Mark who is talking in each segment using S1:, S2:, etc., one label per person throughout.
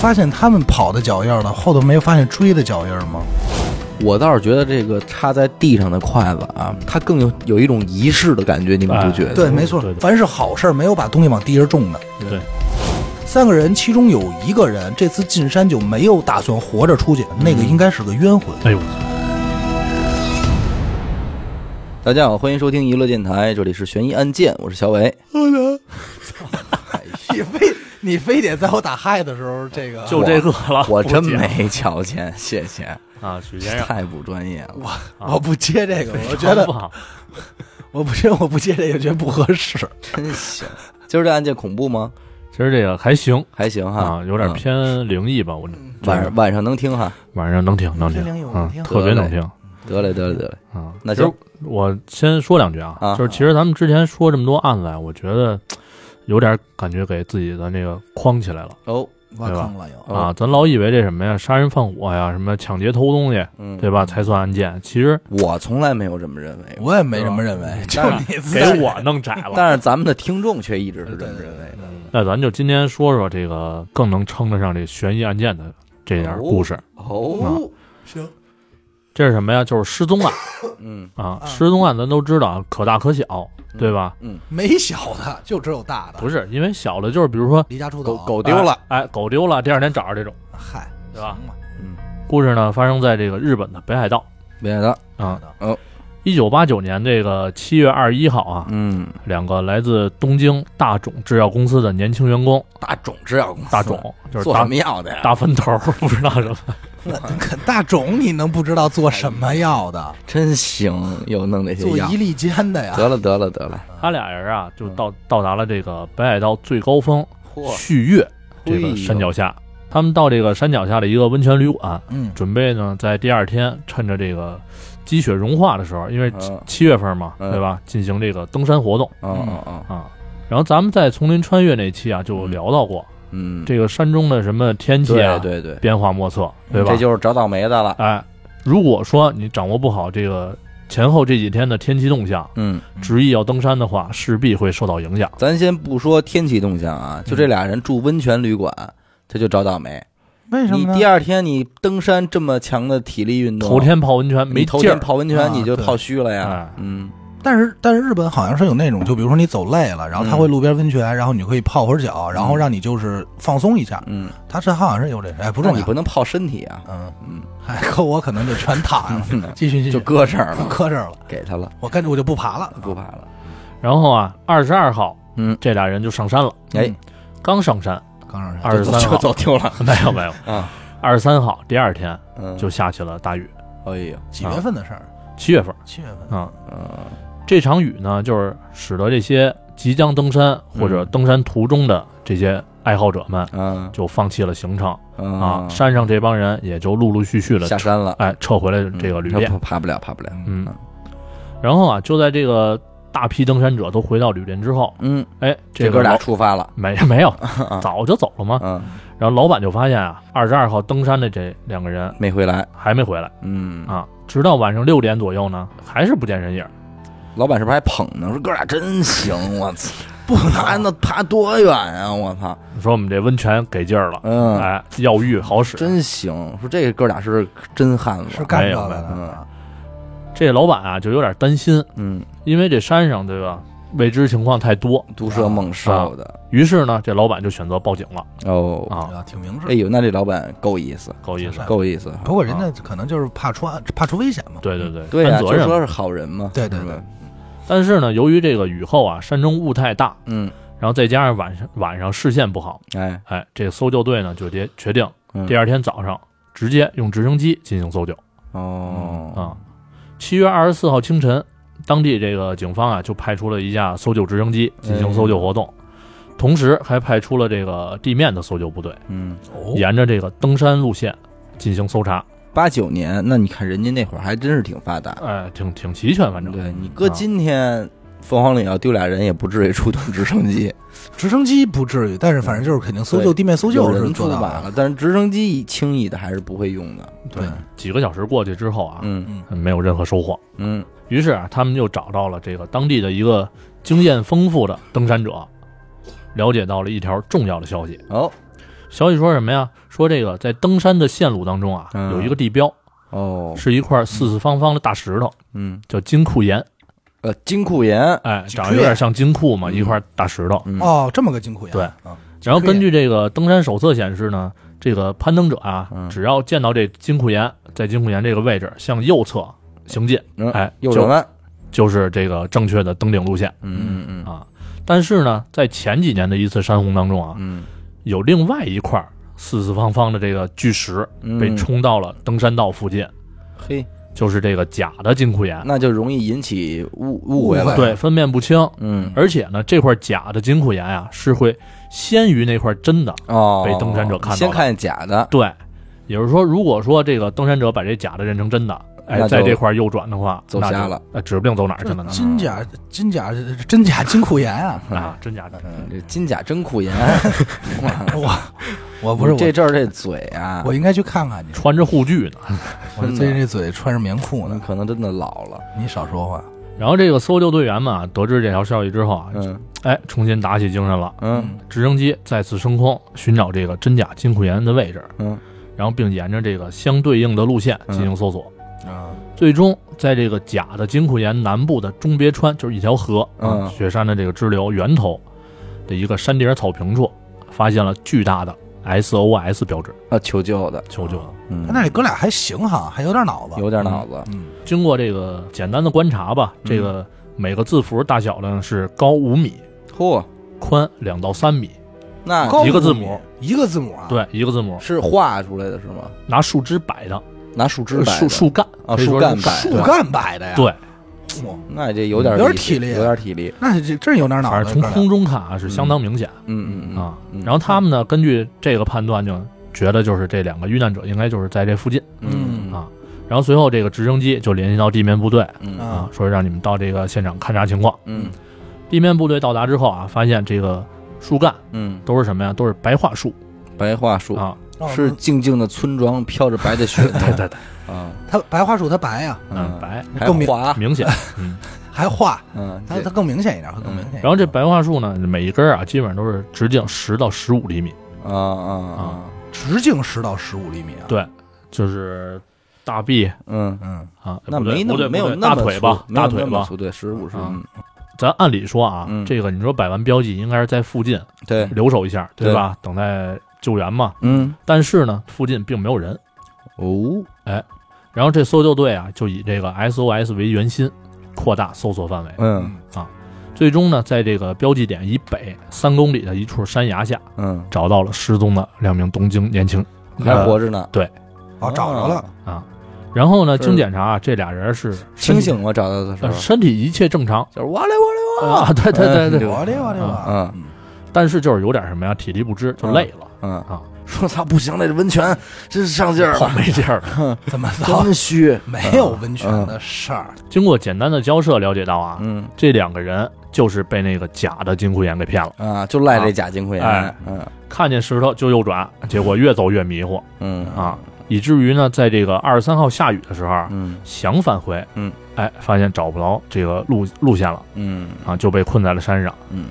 S1: 发现他们跑的脚印儿了，后头没有发现追的脚印儿吗？
S2: 我倒是觉得这个插在地上的筷子啊，它更有有一种仪式的感觉，你们不觉得？
S1: 哎对，没错
S3: 对，对
S1: 凡是好事儿，没有把东西往地上种的。
S3: 对，
S1: 三个人其中有一个人这次进山就没有打算活着出去，那个应该是个冤魂。
S3: 哎呦，
S2: 大家好，欢迎收听娱乐电台，这里是悬疑案件，我是小伟。
S1: 你非你非得在我打嗨的时候，这个
S3: 就这个了，
S2: 我真
S3: 不讲
S2: 没瞧见，谢谢，
S3: 啊，许先生，
S2: 太不专业了。
S1: 我不接这个，我 觉得
S3: 不好，
S1: 我不接我不接这个觉得不合适。
S2: 真行。今儿这案件恐怖吗？
S3: 其实这个还行
S2: 还行哈，
S3: 啊，有点
S2: 嗯。
S3: 偏灵异吧，我
S2: 晚上晚上能听哈？
S3: 晚上能听能听
S1: 天灵有，
S3: 嗯
S1: 能，听
S3: 特别能听
S2: 得嘞得嘞得嘞，
S3: 啊。
S2: 那
S3: 其实
S2: 就
S3: 我先说两句
S2: 啊
S3: 啊，就是其实咱们之前说这么多案子啊，我觉得有点感觉给自己的那个框起来了
S2: 哦，
S1: 挖坑了又，
S2: 哦
S3: 啊。咱老以为这什么呀，杀人放火呀，什么抢劫偷东西，
S2: 嗯，
S3: 对吧，才算案件。其实哎
S2: 我从来没有这么认为，
S1: 我也没这么认为，哎就
S2: 当然
S1: 你自己
S3: 给我弄窄 了。
S2: 但是咱们的听众却一直是这么认为的。
S3: 那咱就今天说说这个更能称得上这悬疑案件的这点故事。
S1: 啊
S2: 哦，
S1: 行，
S3: 这是什么呀？就是失 踪案
S2: 嗯
S3: 啊
S1: 啊！
S3: 失踪案咱都知道啊，可大可小，对吧？
S2: 嗯，
S1: 没小的，就只有大的，
S3: 不是，因为小的就是比如说
S1: 离家出
S2: 狗
S1: 走，
S2: 狗丢了，
S3: 哎，哎狗丢了，第二天找着这种。
S1: 嗨，
S3: 对吧
S1: 行吧？
S2: 嗯，
S3: 故事呢，发生在这个日本的北海道
S2: 别的，
S3: 啊。
S1: 好的
S3: 一九八九年这个七月二十一号啊，
S2: 嗯，
S3: 两个来自东京大种制药公司的年轻员 工，
S2: 大种制药公司，
S3: 大种就是
S2: 做什
S3: 大
S2: 么药的呀？
S3: 大分头， 不知道什么。
S1: 啃大种，你能不知道做什么药 的？
S2: 真行，又弄这些
S1: 做
S2: 药
S1: 一。粒间的呀？
S2: 得了得了得了，
S3: 他俩人啊，就到到达了这个北海道最高峰
S2: 嚯，
S3: 旭月这
S2: 哎
S3: 个山脚下。他们到这个山脚下的一个温泉旅馆，啊
S1: 嗯，
S3: 准备呢在第二天趁着这个积雪融化的时候，因为七
S2: 嗯
S3: 七月份嘛，
S2: 嗯
S3: 对吧？进行这个登山活动
S2: 哦哦哦，
S3: 啊。然后咱们在丛林穿越那期啊，就聊到过
S2: 嗯，
S3: 这个山中的什么天气啊，
S2: 对对对，
S3: 变化莫测，对吧
S2: 这？就是找倒霉的了。
S3: 哎，如果说你掌握不好这个前后这几天的天气动向，
S2: 嗯，
S3: 执意要登山的话，势必会受到影响。
S2: 咱先不说天气动向
S3: 嗯
S2: 啊，就这俩人住温泉旅馆，他就找倒霉。
S1: 为什
S2: 你
S1: 么
S2: 第
S1: 呢？
S2: 二天你登山这么强的体力运动，
S3: 头天泡温泉没
S2: 你嗯头
S3: 劲
S2: 天
S3: 儿，
S2: 泡温泉
S1: 啊
S2: 你就
S1: 对
S2: 泡虚了呀
S3: 哎。
S2: 嗯，
S1: 但是但是日本好像是有那种，就比如说你走累了，然后他
S2: 嗯
S1: 会路边温泉，然后你可以泡会儿脚，然后让你就是放松一下。
S2: 嗯，
S1: 他是好像是有这，哎，不
S2: 不
S1: 重
S2: 你
S1: 要
S2: 不。能泡身体 啊，
S1: 嗯
S2: 嗯，
S1: 哎，可我可能就全 躺下了，继续继续，
S2: 就搁这儿 了，
S1: 搁这儿了，
S2: 给他了，
S1: 我干我就不爬了。
S2: 不怕了。
S3: 然后啊，二十二号，
S2: 嗯，
S3: 这俩人就上山了。
S2: 哎，
S3: 刚上山，
S1: 刚上山
S3: 二十嗯三
S2: 就
S3: 号
S2: 走丢了
S3: 没有没有，
S2: 啊。
S3: 二十三号第二天
S2: 嗯，
S3: 就下起了大雨，
S2: 哎呦，
S1: 几月份的事儿？
S3: 七月份
S1: 七月份。
S3: 啊、
S2: 嗯
S3: 这场雨呢，就是使得这些即将登山或者登山途中的这些爱好者们
S2: 嗯
S3: 就放弃了行程
S2: 嗯
S3: 啊，山上这帮人也就陆陆续续的
S2: 下山了，
S3: 哎撤回了这个旅
S2: 嗯
S3: 店
S2: 他。爬不了，爬不了。
S3: 嗯，然后啊，就在这个大批登山者都回到旅店之后，
S2: 嗯，
S3: 哎，
S2: 这
S3: 这
S2: 哥
S3: 个
S2: 俩
S3: 老啊
S2: 出发了。
S3: 没 没 有，早就走了嘛。
S2: 嗯，
S3: 然后老板就发现啊，二十二号登山的这两个人
S2: 没回来。
S3: 还没回来
S2: 嗯，
S3: 啊，直到晚上六点左右呢，还是不见人影儿。
S2: 老板是不是还捧呢？说哥俩真行， 我操，不爬那爬多远啊！我操，
S3: 说我们这温泉给劲儿了，
S2: 嗯
S3: 哎，药浴好使。
S2: 真行。说这哥俩是真汉
S1: 是
S2: 子，
S1: 干
S3: 没
S1: 这
S3: 有
S1: 个的
S2: 没有
S1: 啊，
S3: 这老板啊就有点担心，
S2: 嗯，
S3: 因为这山上对吧，未知情况太多。
S2: 毒蛇猛兽的。
S3: 于是呢，这老板就选择报警了
S2: 哦，
S3: 啊，哎
S1: 啊，挺明
S2: 哎啊
S1: 智。
S2: 呦，那这老板够意思，
S3: 够意思。
S2: 够意思。
S1: 不过人家可能就是怕出安怕出危险嘛。
S3: 对对对，
S2: 对
S3: 担
S2: 呀，
S3: 责
S2: 就
S3: 任嘛。
S2: 说是好人嘛。
S1: 对对
S2: 是吧，
S3: 但是呢，由于这个雨后啊，山中雾太大，
S2: 嗯，
S3: 然后再加上晚上晚上视线不好，
S2: 哎，
S3: 哎，这个搜救队呢就决决定
S2: 嗯
S3: 第二天早上直接用直升机进行搜救。
S2: 哦，
S3: 啊，七月二十四号清晨，当地这个警方啊就派出了一架搜救直升机进
S2: 哎
S3: 行搜救活动，同时还派出了这个地面的搜救部队，
S2: 嗯，
S1: 哦
S3: 沿着这个登山路线进行搜查。
S2: 八九年，那你看人家那会儿还真是挺发达。
S3: 哎，挺挺齐全，反正啊
S2: 对你搁今天，凤凰岭要丢俩人也不至于出动直升机。
S1: 直升机不至于，但是反正就是肯定搜
S2: 对
S1: 救地面搜
S2: 有
S1: 救
S2: 人
S1: 是
S2: 出
S1: 做到
S2: 马
S1: 的。
S2: 了，但是直升机轻易的还是不会用的。
S3: 对几个小时过去之后啊，
S2: 嗯
S3: 没有任何收获。
S2: 嗯，
S3: 于是啊，他们又找到了这个当地的一个经验丰富的登山者，了解到了一条重要的消息，
S2: 哦，
S3: 消息说什么呀？说这个在登山的线路当中啊，
S2: 嗯
S3: 有一个地标，
S2: 哦，
S3: 是一块四四方方的大石头，
S2: 嗯，
S3: 叫金库岩。
S2: 呃，金库岩，
S3: 哎，
S1: 金库岩
S3: 长得有点像金库嘛，一块大石头。
S2: 嗯，
S1: 哦，这么个金库岩，
S3: 对
S1: 啊，
S3: 然后根据这个登山手册显示呢，这个攀登者啊
S2: 嗯，
S3: 只要见到这金库岩，在金库岩这个位置向右侧行进，
S2: 嗯
S3: 哎，
S2: 右转
S3: 就
S2: 弯，
S3: 就是这个正确的登顶路线
S2: 嗯嗯嗯
S3: 啊。但是呢，在前几年的一次山洪当中啊，
S2: 嗯
S3: 有另外一块四四方方的这个巨石
S2: 嗯，
S3: 被冲到了登山道附近，
S2: 嘿，
S3: 就是这个假的金库岩，
S2: 那就容易引起误误会
S1: 误
S2: 了，
S1: 会
S3: 对，分辨不清。
S2: 嗯，
S3: 而且呢，这块假的金库岩啊，是会先于那块真的。
S2: 哦，
S3: 被登山者看到了
S2: 先看见假的，
S3: 对，也就是说，如果说这个登山者把这假的认成真的，哎
S2: 那，就
S3: 在这块右转的话，
S2: 走
S3: 那
S2: 瞎
S3: 就
S2: 了，
S3: 那指不定走哪儿去
S1: 这
S3: 了呢。
S1: 金甲金甲真假金库岩 啊！
S3: 啊，真假的，
S2: 嗯，这金甲真库岩，
S1: 我我不是
S2: 这
S1: 我，
S2: 阵儿这嘴啊，
S1: 我应该去看看你。
S3: 穿着护具呢。
S2: 嗯
S1: 我最近这嘴穿着棉裤
S2: 你
S1: 呢，
S2: 可能真的老了，
S1: 你少说话。
S3: 然后这个搜救队员们啊，得知这条消息之后啊，
S2: 嗯
S3: 哎，重新打起精神了。
S2: 嗯
S3: 直升机再次升空，寻找这个真假金库岩的位置，
S2: 嗯
S3: 然后并沿着这个相对应的路线进行搜索。
S1: 啊，
S3: 最终，在这个假的金库岩南部的中别川，就是一条河，啊
S2: 嗯
S3: 雪山的这个支流源头的一个山顶草坪处，发现了巨大的 SOS 标志，
S2: 啊，求救的，
S3: 求救。
S2: 嗯，
S1: 那这哥俩还行哈，还有点脑子。
S2: 有点脑子，
S1: 嗯，
S3: 经过这个简单的观察吧，
S2: 嗯
S3: 这个每个字符大小呢是高五米，
S2: 嚯，
S3: 宽两到三米，
S2: 那
S1: 高
S3: 一个字母
S1: 母，一个字母啊。，
S3: 对，一个字母，
S2: 是画出来的是吗？
S3: 拿树枝摆的，
S2: 拿树枝摆
S3: 呃
S2: 的，
S3: 树树干
S2: 啊
S3: 可以说
S2: 树干
S3: 是
S2: 摆
S1: 树干摆的呀。
S3: 对，
S1: 哇，
S2: 那这有点
S1: 有点
S2: 体
S1: 体力
S2: 有点体力，
S1: 那这真有点脑
S3: 反
S1: 子。
S3: 正从
S1: 哥
S3: 空中看啊是相当明显
S2: 嗯嗯嗯
S3: 啊。
S2: 嗯
S3: 然后他们呢，根据这个判断就觉得就是这两个遇难者应该就是在这附近。
S2: 嗯
S3: 啊。然后随后这个直升机就联系到地面部队
S2: 嗯
S1: 俩
S2: 嗯
S3: 啊
S1: 啊，，
S3: 说让你们到这个现场勘察情况。
S2: 嗯
S3: 地面部队到达之后啊，发现这个树干
S2: 嗯，
S3: 都是什么呀？都是白桦树
S2: 白桦树
S3: 啊。
S1: 哦
S2: 是静静的村庄，飘着白的雪
S3: 对对对，
S2: 啊，
S1: 它白桦树，它白呀，
S3: 嗯，白
S2: 还
S1: 更明
S2: 滑，
S3: 明显。嗯，
S1: 还画，
S2: 嗯，
S1: 它它更明显一点，会更明显一点。嗯
S3: 然后这白桦树呢，每一根儿啊，基本上都是直径十到十五厘米，
S2: 啊啊
S1: 直径十到十五厘米啊。
S3: 对，就是大臂
S2: 啊，嗯，
S1: 嗯，
S3: 啊，
S2: 那
S3: 不对
S2: 没那
S3: 不对
S2: 么
S3: 不
S2: 没有
S3: 对
S2: 那
S3: 大
S2: 么
S3: 腿
S2: 粗
S3: 吧，
S2: 没有那
S3: 大腿
S2: 么
S3: 吧。
S2: 粗对，十五是，
S3: 嗯
S2: 嗯
S3: 咱按理说啊
S2: 嗯，
S3: 这个你说摆完标记，应该是在附近
S2: 对，
S3: 留守一下，对
S2: 对
S3: 吧？等待救援嘛。
S2: 嗯，
S3: 但是呢，附近并没有人。
S2: 哦，
S3: 然后这搜救队啊，就以这个 SOS 为圆心，扩大搜索范围。
S2: 嗯
S3: 最终呢，在这个标记点以北三公里的一处山崖下，
S2: 嗯，
S3: 找到了失踪的两名东京年轻人
S2: 还活着呢，
S1: 哦，找着了。
S3: 啊。然后呢，
S2: 是
S3: 经检查啊，这俩人是
S2: 清
S3: 身体，
S2: 醒吗？找到的时
S3: 呃
S2: 候，
S3: 身体一切正常
S2: 就是哇嘞哇嘞哇，
S3: 啊，对对对
S2: 嗯
S3: 对。
S1: 我的我的
S3: 啊
S1: 我
S2: 啊
S1: 嗯，
S3: 但是就是有点什么呀，体力不支，就累了，
S2: 嗯
S3: 啊，
S2: 说操不行了，这温泉真是上劲儿
S3: 跑
S2: 了，
S3: 没劲 儿了。
S1: 怎么着？
S2: 真虚，
S1: 没有温泉的事儿，
S3: 经过简单的交涉了解到啊，
S2: 嗯
S3: 这两个人就是被那个假的金库岩给骗了，
S2: 啊，就赖这假金盔
S3: 哎
S2: 岩，嗯
S3: 看见石头就右转，结果越走越迷糊。
S2: 嗯
S3: 啊，以至于呢，在这个二十三号下雨的时候啊，
S2: 嗯
S3: 想返回，
S2: 嗯，
S3: 哎，发现找不着这个路路线了
S2: 嗯
S3: 啊，就被困在了山上，
S2: 嗯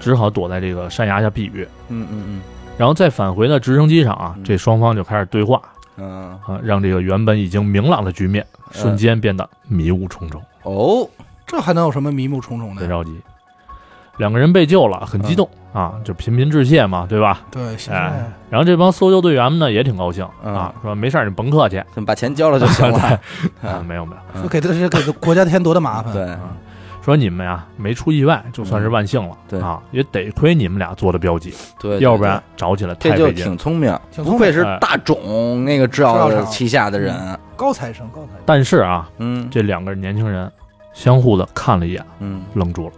S3: 只好躲在这个山崖下避雨。
S2: 嗯嗯
S3: 然后再返回的直升机上啊，
S2: 嗯
S3: 这双方就开始对话
S2: 嗯嗯，
S3: 啊，让这个原本已经明朗的局面
S2: 哎
S3: 瞬间变得迷雾重重。
S2: 哦，
S1: 这还能有什么迷目重重
S3: 别
S1: 的？
S3: 着急，两个人被救了，很激动
S2: 嗯
S3: 啊，就频频致谢嘛，对吧？
S1: 对，现
S3: 哎
S1: 在，
S3: 然后这帮搜救队员们呢也挺高兴
S2: 嗯
S3: 啊，说没事儿，你甭客气
S2: 把钱交了就行了，
S3: 啊，
S2: 嗯
S3: 没有没有。
S1: 说给这是给国家添多大
S3: 嗯
S1: 麻烦？，
S2: 对，
S3: 说你们呀没出意外，就算是万幸了。
S2: 嗯对
S3: 啊，也得亏你们俩做的标记，
S2: 对，
S3: 要不然找起来
S2: 这
S3: 太
S2: 就
S3: 费劲。哎
S2: 挺聪明，
S1: 挺
S2: 不
S1: 聪
S2: 愧
S1: 明，
S2: 是大种那个制药
S1: 制药厂
S2: 旗下的人，
S1: 高材生，高材生。
S3: 但是啊，
S2: 嗯
S3: 这两个年轻人相互的看了一眼，
S2: 嗯，
S3: 愣住了，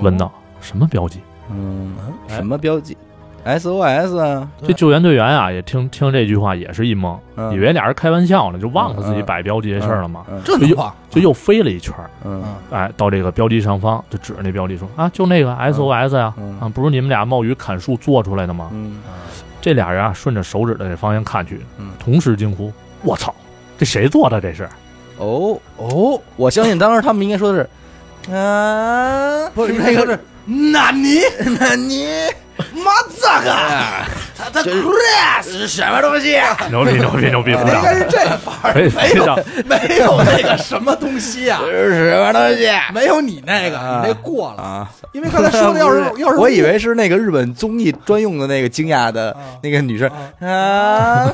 S3: 问道：“什么标记
S2: 嗯
S1: 嗯，
S3: 哎
S2: 什么标记？SOS 啊，？”
S1: 对
S3: 这救援队员啊，也听听这句话也是一懵，
S2: 嗯
S3: 以为俩人开玩笑呢，就忘了自己
S2: 嗯嗯
S3: 摆标记这事儿了嘛，
S2: 嗯
S1: 这能忘？
S3: 就又飞了一圈儿，
S2: 嗯
S1: 嗯，
S3: 哎，到这个标记上方，就指着那标记说：“啊，就那个 SOS 呀、啊
S2: 嗯
S3: 啊，不是你们俩冒雨砍树做出来的吗？”
S2: 嗯
S3: 这俩人啊，顺着手指的这方向看去
S2: 嗯，
S3: 同时惊呼：“我操，这谁做的？这是
S2: 哦，
S1: 哦，
S2: 我相信当时他们应该说的是，啊，
S1: 不是
S2: 那
S1: 那
S2: 个
S1: 个是纳尼
S2: 那你哎
S1: 马扎嘎，他他他 crash 是什么东西？
S3: 牛 逼牛逼牛逼！鼓哎
S1: 应
S3: 掌
S1: 该是这法儿，
S3: 可以
S1: 没
S3: 非
S1: 有
S3: 常
S1: 没有那个什么东西 啊，
S2: 是什么东西
S1: 没有你那个，
S2: 啊
S1: 你那过了。
S2: 啊？
S1: 因为刚才说的要
S2: 不
S1: 是要是
S2: 我以为是那个日本综艺专用的那个惊讶的那个女生啊，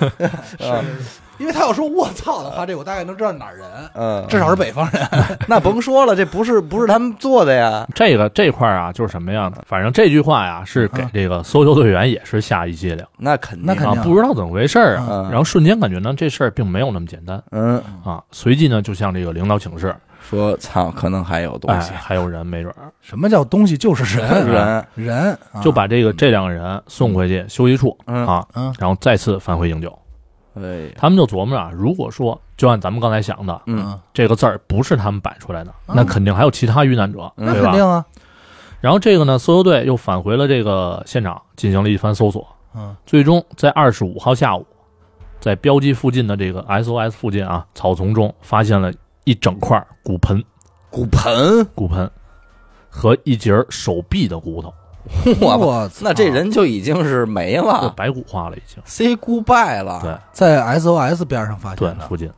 S1: 因为他要说我操的话，这我大概能知道哪儿人，
S2: 嗯，
S1: 至少是北方人。
S2: 那甭说了，这不是不是他们做的呀，
S3: 这个这块儿啊，就是什么样的？反正这句话呀，是给这个搜救队员也是下一剂量
S2: 那肯定
S1: 那肯
S3: 啊
S1: 定，
S3: 不知道怎么回事儿啊
S2: 嗯。
S3: 然后瞬间感觉呢，这事儿并没有那么简单
S2: 嗯，
S3: 啊。随即呢，就向这个领导请示，
S2: 说操，可能还有东
S3: 哎，
S2: 西，
S3: 还有人没准儿
S1: 什么叫东西就是 人
S2: 人
S1: 人啊
S3: 就把这个这两个人送回去休息处
S2: 嗯
S3: 啊
S1: 嗯，
S3: 然后再次返回营救。
S2: 哎，
S3: 他们就琢磨啊，如果说就按咱们刚才想的，
S2: 嗯
S3: 这个字儿不是他们摆出来的，
S1: 嗯
S3: 那肯定还有其他遇难
S2: 嗯
S3: 者，
S1: 那
S3: 对
S1: 肯
S3: 吧？
S1: 定啊，
S3: 然后这个呢，搜救队又返回了这个现场，进行了一番搜索。
S1: 嗯，
S3: 最终在二十五号下午，在标记附近的这个 SOS 附近啊，草丛中发现了一整块骨盆，
S2: 骨盆，
S3: 骨盆和一截儿手臂的骨头，
S1: 哦
S2: 我
S1: 我操
S2: 那这人就已经是没
S3: 就
S2: 了
S3: 白骨化了已经。
S2: ，say goodbye
S1: 啊
S2: 了，
S1: 哎
S3: 对
S1: 在 SOS 边上发现
S3: 对，
S1: 的，
S3: 附近。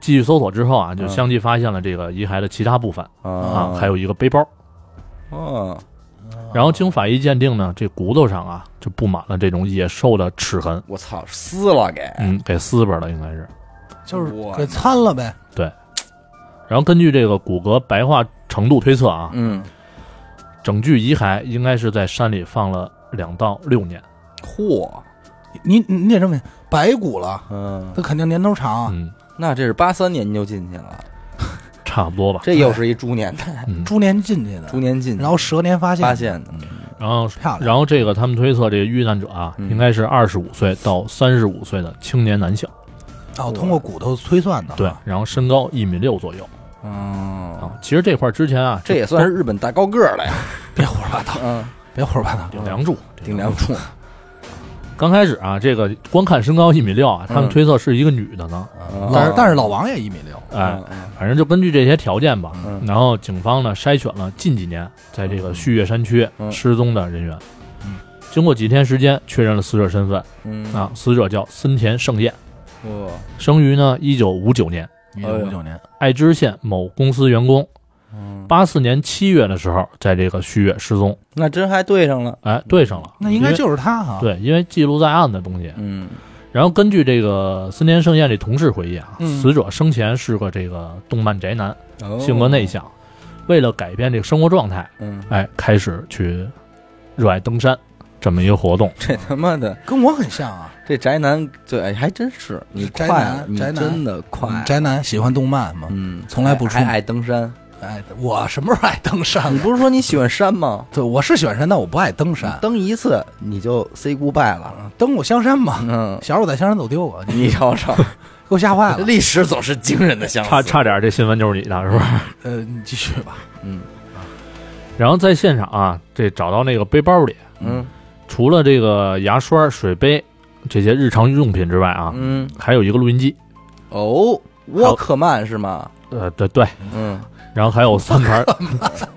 S3: 继续搜索之后啊，就
S2: 嗯
S3: 相继发现了这个遗骸的其他部分啊，
S2: 啊
S3: 还有一个背包。
S2: 嗯，
S3: 然后经法医鉴定呢，这骨头上啊就布满了这种野兽的齿痕，
S2: 我操，撕了给，
S3: 嗯，给撕巴了应该是。
S1: 就是
S2: 我
S1: 给参了呗。
S3: 然后根据这个骨骼白化程度推测啊，
S2: 嗯，
S3: 整具遗骸应该是在山里放了两到六年。
S2: 嚯，
S1: 你你你得这么想白骨了，
S2: 嗯，
S1: 他肯定年头长啊，
S3: 嗯，
S2: 那这是八三年就进去了，
S3: 差不多吧。
S2: 这又是一猪年代，
S3: 嗯，
S1: 猪年进去的
S2: 猪，年进去，
S1: 然后嗯蛇年发现，
S2: 发现的，
S3: 然后
S1: 漂亮
S3: 然后这个他们推测这个遇难者啊，
S2: 嗯
S3: 应该是二十五岁到三十五岁的青年男性，
S1: 哦，通过骨头推算
S2: 啊
S1: 的，
S3: 对，然后身高一米六左右
S2: 嗯，
S3: 啊。其实这块儿之前啊，
S2: 这也算是日本大高个儿了呀，
S1: 别胡说八道，
S2: 嗯，
S1: 别胡说八道，
S3: 顶梁柱，
S2: 顶梁柱，
S3: 刚开始啊，这个光看身高一米六啊，他们
S2: 嗯啊
S3: 推测是一个女的呢，
S2: 哦
S1: 老嗯但是老王也一米六，
S3: 哎，
S2: 嗯
S3: 反正就根据这些条件吧。
S2: 嗯
S3: 然后警方呢筛选了近几年在这个旭月山区
S2: 嗯
S3: 失踪的人员，
S1: 嗯
S3: 经过几天时间确认了死者身份
S2: 嗯
S3: 啊，，死者叫森田圣彦，
S2: 哇，
S3: 生于呢一九五九年，
S1: 一
S2: 哎
S1: 九五九年，
S3: 爱知县某公司员工。
S2: 嗯
S3: 八四年七月的时候，在这个旭月失踪，
S2: 那真还对上了，
S3: 哎，对上了，
S1: 嗯那应该
S3: 因为
S1: 就是他哈，，
S3: 对，因为记录在案的东西。
S2: 嗯，
S3: 然后根据这个森田圣彦这同事回忆啊，
S1: 嗯
S3: 死者生前是个这个动漫宅男，
S2: 哦
S3: 性格内，向，为了改变这个生活状态，
S2: 嗯，
S3: 哎，开始去热爱登山这么一个活动。
S2: 这他妈的，
S1: 跟我很像啊，
S2: 这宅男，对，哎还真是你
S1: 宅
S2: 快
S1: 男
S2: 了，你
S1: 宅男嗯
S2: 真的快了，
S1: 宅男喜欢动漫嘛，
S2: 嗯，
S1: 从来不出
S2: 还
S1: 门
S2: 还爱登山。
S1: 哎，我什么时候爱登山
S2: 你
S1: 了？
S2: 不是说你喜欢山吗？
S1: 对，我是喜啊欢山，但我不爱登山，
S2: 登一次你就 say goodbye 了。
S1: 登过香山嘛，
S2: 嗯，
S1: 小时候我在香山走丢过，你
S2: 你瞅 瞅，
S1: 给我吓坏 了，
S2: 历史总是惊人的相
S3: 差差点这新闻就是你的，是吧？
S1: 呃，你继续吧，
S2: 嗯
S3: 然后在现场啊，这找到那个背包里，
S2: 嗯
S3: 除了这个牙刷、水杯这些日常用品之外啊，
S2: 嗯，
S3: 还有一个录音机，
S2: 哦，沃克曼是吗？
S3: 呃，对对，
S2: 嗯
S3: 然后还有三盘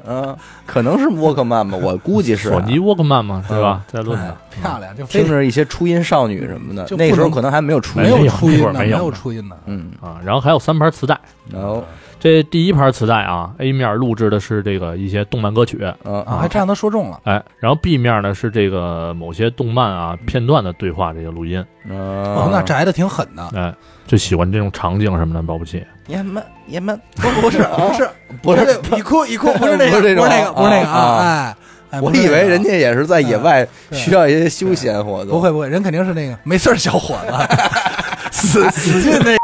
S2: 嗯，可能是沃 克曼吧，我估 计是啊嗯
S3: 索尼沃克曼嘛，对吧？在论坛
S1: 哎漂亮，就非
S2: 听着一些初音少女什么的
S1: 就，不能
S2: 那个时候可能还没有初
S1: 没
S2: 音。
S1: 有初音
S3: 那会儿
S1: 的，
S3: 没有
S1: 有初音的，
S2: 嗯，哦
S3: 啊，然后还有三盘磁带。
S2: 然后
S3: 这第一盘磁带啊，A 面录制的是这个一些动漫歌曲，
S2: 嗯
S1: 啊，还真让他说中了，
S3: 哎，然后 B 面呢是这个某些动漫啊片段的对话这个录音，
S1: 哦，那
S2: 那
S1: 宅的挺狠
S2: 啊
S1: 的，
S3: 哎，就喜欢这种场景什么的，保不齐。
S2: 爷们爷们
S1: 不不 是不是
S2: 哦不是
S1: 这一哭一哭不是那
S2: 不
S1: 个
S2: 是这种
S1: 不是那个
S2: 啊
S1: 不是那个
S2: 啊
S1: 哎哎，
S2: 我
S1: 不是
S2: 以
S1: 那个
S2: 为人家也是在野外需要一些休闲活动。，
S1: 不，会不会，人肯定是那个没事儿小 伙子， 死死劲那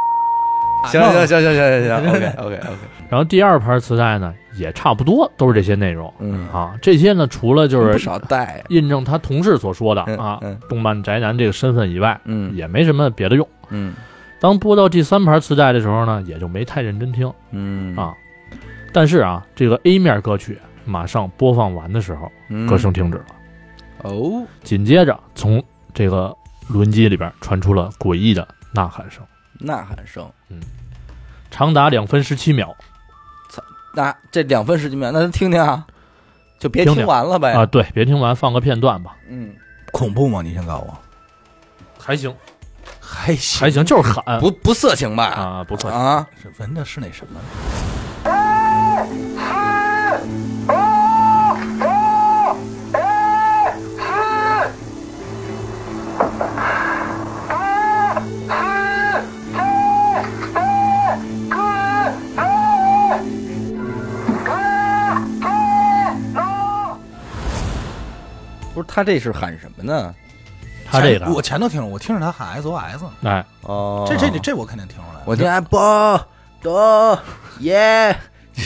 S2: 行行行行行行行，OK OK OK，
S3: 然后第二盘磁带呢也差不多都是这些内容
S2: 嗯，
S3: 啊，这些呢除了就
S2: 不
S3: 是
S2: 少带，
S3: 印证他同事所说的
S2: 嗯
S3: 啊
S2: 嗯
S3: 动漫宅男这个身份以外，
S2: 嗯
S3: 也没什么别的用。
S2: 嗯
S3: 当播到第三盘磁带的时候呢，也就没太认真听
S2: 嗯
S3: 啊。但是啊，这个 A 面歌曲马上播放完的时候，
S2: 嗯
S3: 歌声停止了。
S2: 哦，
S3: 紧接着，从这个录音机里边传出了诡异的呐喊声，
S2: 呐喊声。
S3: 长达两分十七秒
S2: 那这两分十几秒，那咱听听啊，就别
S3: 听
S2: 听
S3: 听啊
S2: 完了呗。
S3: 啊！对，别听完，放个片段吧。
S2: 嗯，
S1: 恐怖吗？你先告诉我，
S3: 还行，
S1: 还
S3: 还
S1: 行，
S3: 行，就是喊
S2: 不不色情吧？
S3: 啊，不错，
S2: 啊，
S1: 是闻的是那什么？
S2: 不是他这是喊什么呢？
S3: 他这个
S1: 前我前头听着，我听着他喊 SOS 呢，
S3: 哎，
S2: 哦
S1: 这这这这我肯定听出来了。
S2: 我就爱波多耶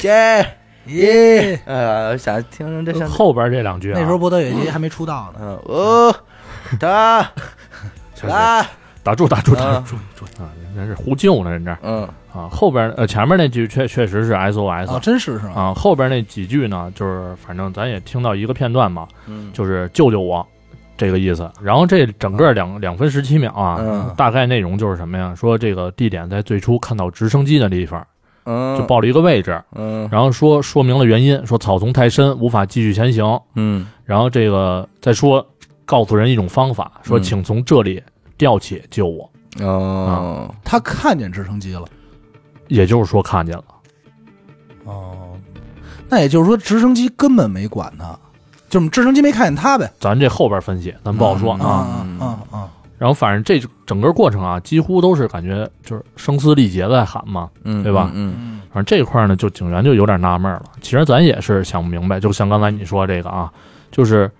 S2: 耶耶，呃，想听听这像
S3: 后边这两句啊，
S1: 那时候波德野结衣还没出道呢，
S2: 嗯哦哒
S3: 行行
S2: 哒，
S3: 打住打住打
S2: 啊
S3: 住打住啊，人家是呼救呢，人这儿
S2: 嗯
S3: 啊，后边呃前面那句确确实是 SOS
S1: 哦，真是是吗？
S3: 啊，后边那几句呢，就是反正咱也听到一个片段嘛，
S2: 嗯，
S3: 就是救救我这个意思。然后这整个两两分十七秒啊
S2: 嗯，
S3: 大概内容就是什么呀？说这个地点在最初看到直升机的地方，
S2: 嗯
S3: 就报了一个位置，
S2: 嗯
S3: 然后说说明了原因，说草丛太深无法继续前行，
S2: 嗯
S3: 然后这个再说告诉人一种方法，说
S2: 嗯
S3: 请从这里吊起救我，啊
S2: 哦
S1: 他看见直升机了。
S3: 也就是说看见了。
S1: 哦，那也就是说直升机根本没管他，就是直升机没看见他呗。
S3: 咱这后边分析，咱不好说
S2: 嗯
S3: 啊。
S1: 啊啊啊！
S3: 然后反正这整个过程啊，几乎都是感觉就是声嘶力竭的在喊嘛。
S2: 嗯，
S3: 对吧
S2: 嗯
S1: 嗯，
S3: 反正这块儿呢，就警员就有点纳闷了。其实咱也是想不明白，就像刚才你说这个啊，就是，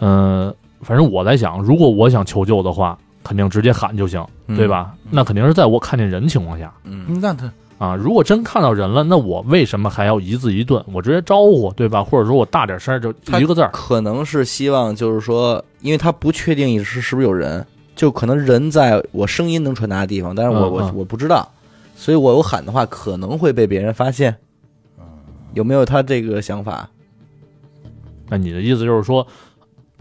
S3: 嗯、反正我在想，如果我想求救的话，肯定直接喊就行，
S2: 嗯
S3: 对吧？
S1: 嗯
S3: 那肯定是在我看见人情况下
S2: 嗯
S1: 那他
S3: 啊。如果真看到人了，那我为什么还要一字一顿？我直接招呼，对吧？或者说我大点声儿，就
S2: 他
S3: 一个字儿。
S2: 可能是希望就是说，因为他不确定你是是不是有人，就可能人在我声音能传达的地方，但是我、
S3: 嗯
S2: 我
S3: 嗯
S2: 我不知道，所以我有喊的话可能会被别人发现。有没有他这个想法？
S3: 那你的意思就是说，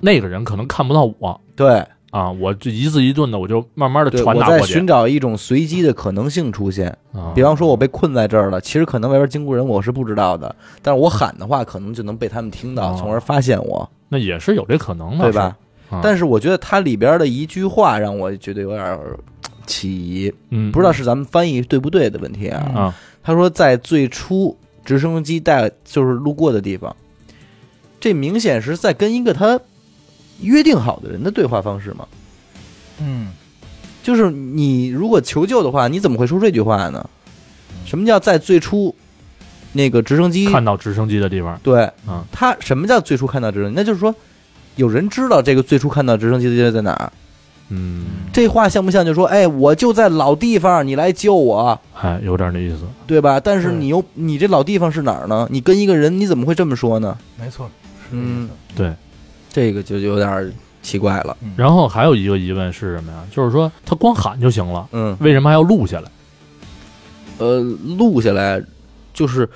S3: 那个人可能看不到我
S2: 对，
S3: 啊，我就一字一顿的，我就慢慢的
S2: 对，
S3: 传
S2: 我
S3: 达
S2: 在
S3: 过去
S2: 寻。找一种随机的可能性出现。
S3: 啊
S2: 比方说，我被困在这儿了，其实可能外边经过人，我是不知道的，但是我喊的话，可能就能被他们听到，
S3: 哦
S2: 从而发现我，
S3: 那也是有这可能的，
S2: 对吧？
S3: 是？啊
S2: 但
S3: 是，
S2: 是我觉得它里边的一句话让我觉得有点儿起疑，
S3: 嗯，
S2: 不知道是咱们翻译对不对的问题啊。
S1: 嗯
S3: 啊，
S2: 他说在最初直升机带就是路过的地方，这明显是在跟一个他约定好的人的对话方式嘛。
S1: 嗯，
S2: 就是你如果求救的话，你怎么会说这句话呢？什么叫在最初那个直升机？
S3: 看到直升机的地方，
S2: 对
S3: 嗯，
S2: 他什么叫最初看到直升机？那就是说有人知道这个最初看到直升机的地方在哪儿。
S3: 嗯，
S2: 这话像不像就说，哎，我就在老地方，你来救我，
S3: 哎，有点那意思，
S2: 对吧？但是
S1: 对
S2: 你又你这老地方是哪儿呢？你跟一个人你怎么会这么说呢？
S1: 没错，是这意
S2: 嗯
S1: 思。，
S3: 对。
S2: 这个就有点奇怪了。
S3: 然后还有一个疑问是什么呀？就是说他光喊就行了，
S2: 嗯，
S3: 为什么还要录下来？
S2: 呃，录下来就是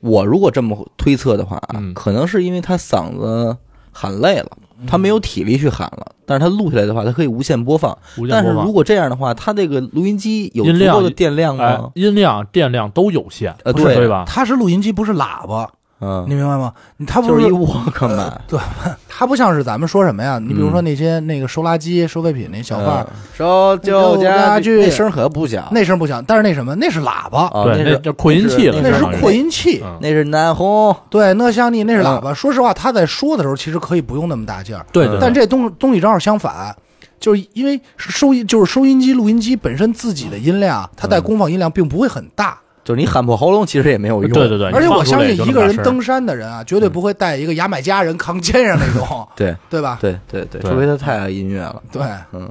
S2: 我如果这么推测的话啊，
S3: 嗯
S2: 可能是因为他嗓子喊累了，
S1: 嗯
S2: 他没有体力去喊了。但是他录下来的话，他可以无限播放。
S3: 无
S2: 但
S3: 线
S2: 是
S3: 播放
S2: 如，果这样的话，他这个录音机有
S3: 音
S2: 足
S3: 量
S2: 够的电量
S3: 哎
S2: 吗，？
S3: 音量、电量都有限，
S2: 呃
S3: 不是
S2: 对
S3: 对吧？
S1: 他是录音机，不是喇叭，你
S3: 哎
S2: 嗯，
S1: 明白吗？你他不
S2: 就是是一 Walkman
S1: 呃。对，他不像是咱们说什么呀？你比如说那些那个收垃圾、收废品那小贩儿，
S2: 嗯收旧家具，
S1: 旧家具
S2: 那声可不小，
S1: 那声不响，但是那什么，那是喇叭，
S2: 啊
S3: 对，
S2: 那
S3: 那
S2: 是
S3: 叫扩音器了，
S1: 那是
S3: 相当于
S1: 扩，音器。
S3: 嗯
S2: 那是南红，
S1: 对，那像你那是
S2: 嗯
S1: 喇叭。说实话，他在说的时候，其实可以不用那么大劲儿，
S3: 对对，
S1: 但
S3: 这
S1: 这东东西正好相反，就是因为收音就是收音机、录音机本身自己的音量，它
S2: 嗯
S1: 带功放音量并不会很大。
S2: 就是你喊破喉咙其实也没有用，
S3: 对对对，
S1: 而且我相信
S3: 你放出来也就
S1: 一
S3: 那么
S1: 个
S3: 大
S1: 人
S3: 声儿
S1: 登山的人啊，绝对不会带一个牙买加人扛肩上那种，
S2: 对
S1: 对吧？
S2: 对对对，
S3: 对
S2: 除非他太爱音乐了，
S1: 对，
S2: 嗯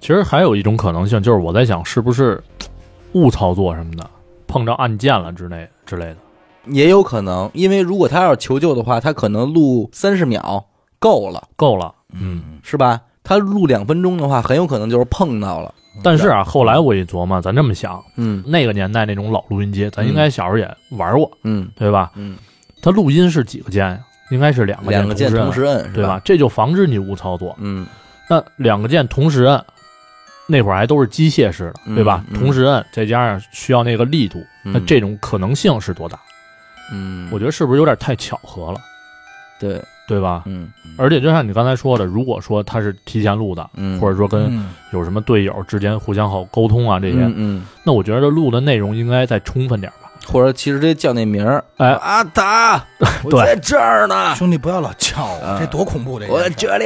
S3: 其实还有一种可能性，就是我在想是不是误操作什么的，碰着按键了之类之类的。
S2: 也有可能，因为如果他要是求救的话，他可能录三十秒够了，
S3: 够了，嗯，
S2: 是吧？他录两分钟的话，很有可能就是碰到了，
S3: 但是啊，后来我一琢磨，咱这么想，
S2: 嗯
S3: 那个年代那种老录音机，咱应该小时候也玩过，
S2: 嗯
S3: 对吧？
S2: 嗯，
S3: 它录音是几个键呀？应该是两个
S2: 两个键同
S3: 同
S2: 时
S3: 时
S2: 摁，
S3: 摁，
S2: 是
S3: 对吧？？这就防止你误操作。
S2: 嗯
S3: 那两个键同时摁，那会儿还都是机械式的，对吧
S2: 嗯？嗯
S3: 同时摁，再加上需要那个力度，
S2: 嗯
S3: 那这种可能性是多大？
S2: 嗯，
S3: 我觉得是不是有点太巧合了？
S2: 对，
S3: 对吧？
S2: 嗯
S3: 而且就像你刚才说的，如果说他是提前录的，
S2: 嗯，
S3: 或者说跟
S1: 嗯
S3: 有什么队友之间互相好沟通啊这些，
S2: 嗯嗯，
S3: 那我觉得录的内容应该再充分点吧。
S2: 或者其实这叫那名儿，
S3: 哎
S2: 阿达，我
S3: 对
S2: 在这儿呢，
S1: 兄弟不要老叫我，
S2: 啊
S1: 这多恐怖这
S2: 我在
S1: 个。
S2: 这里，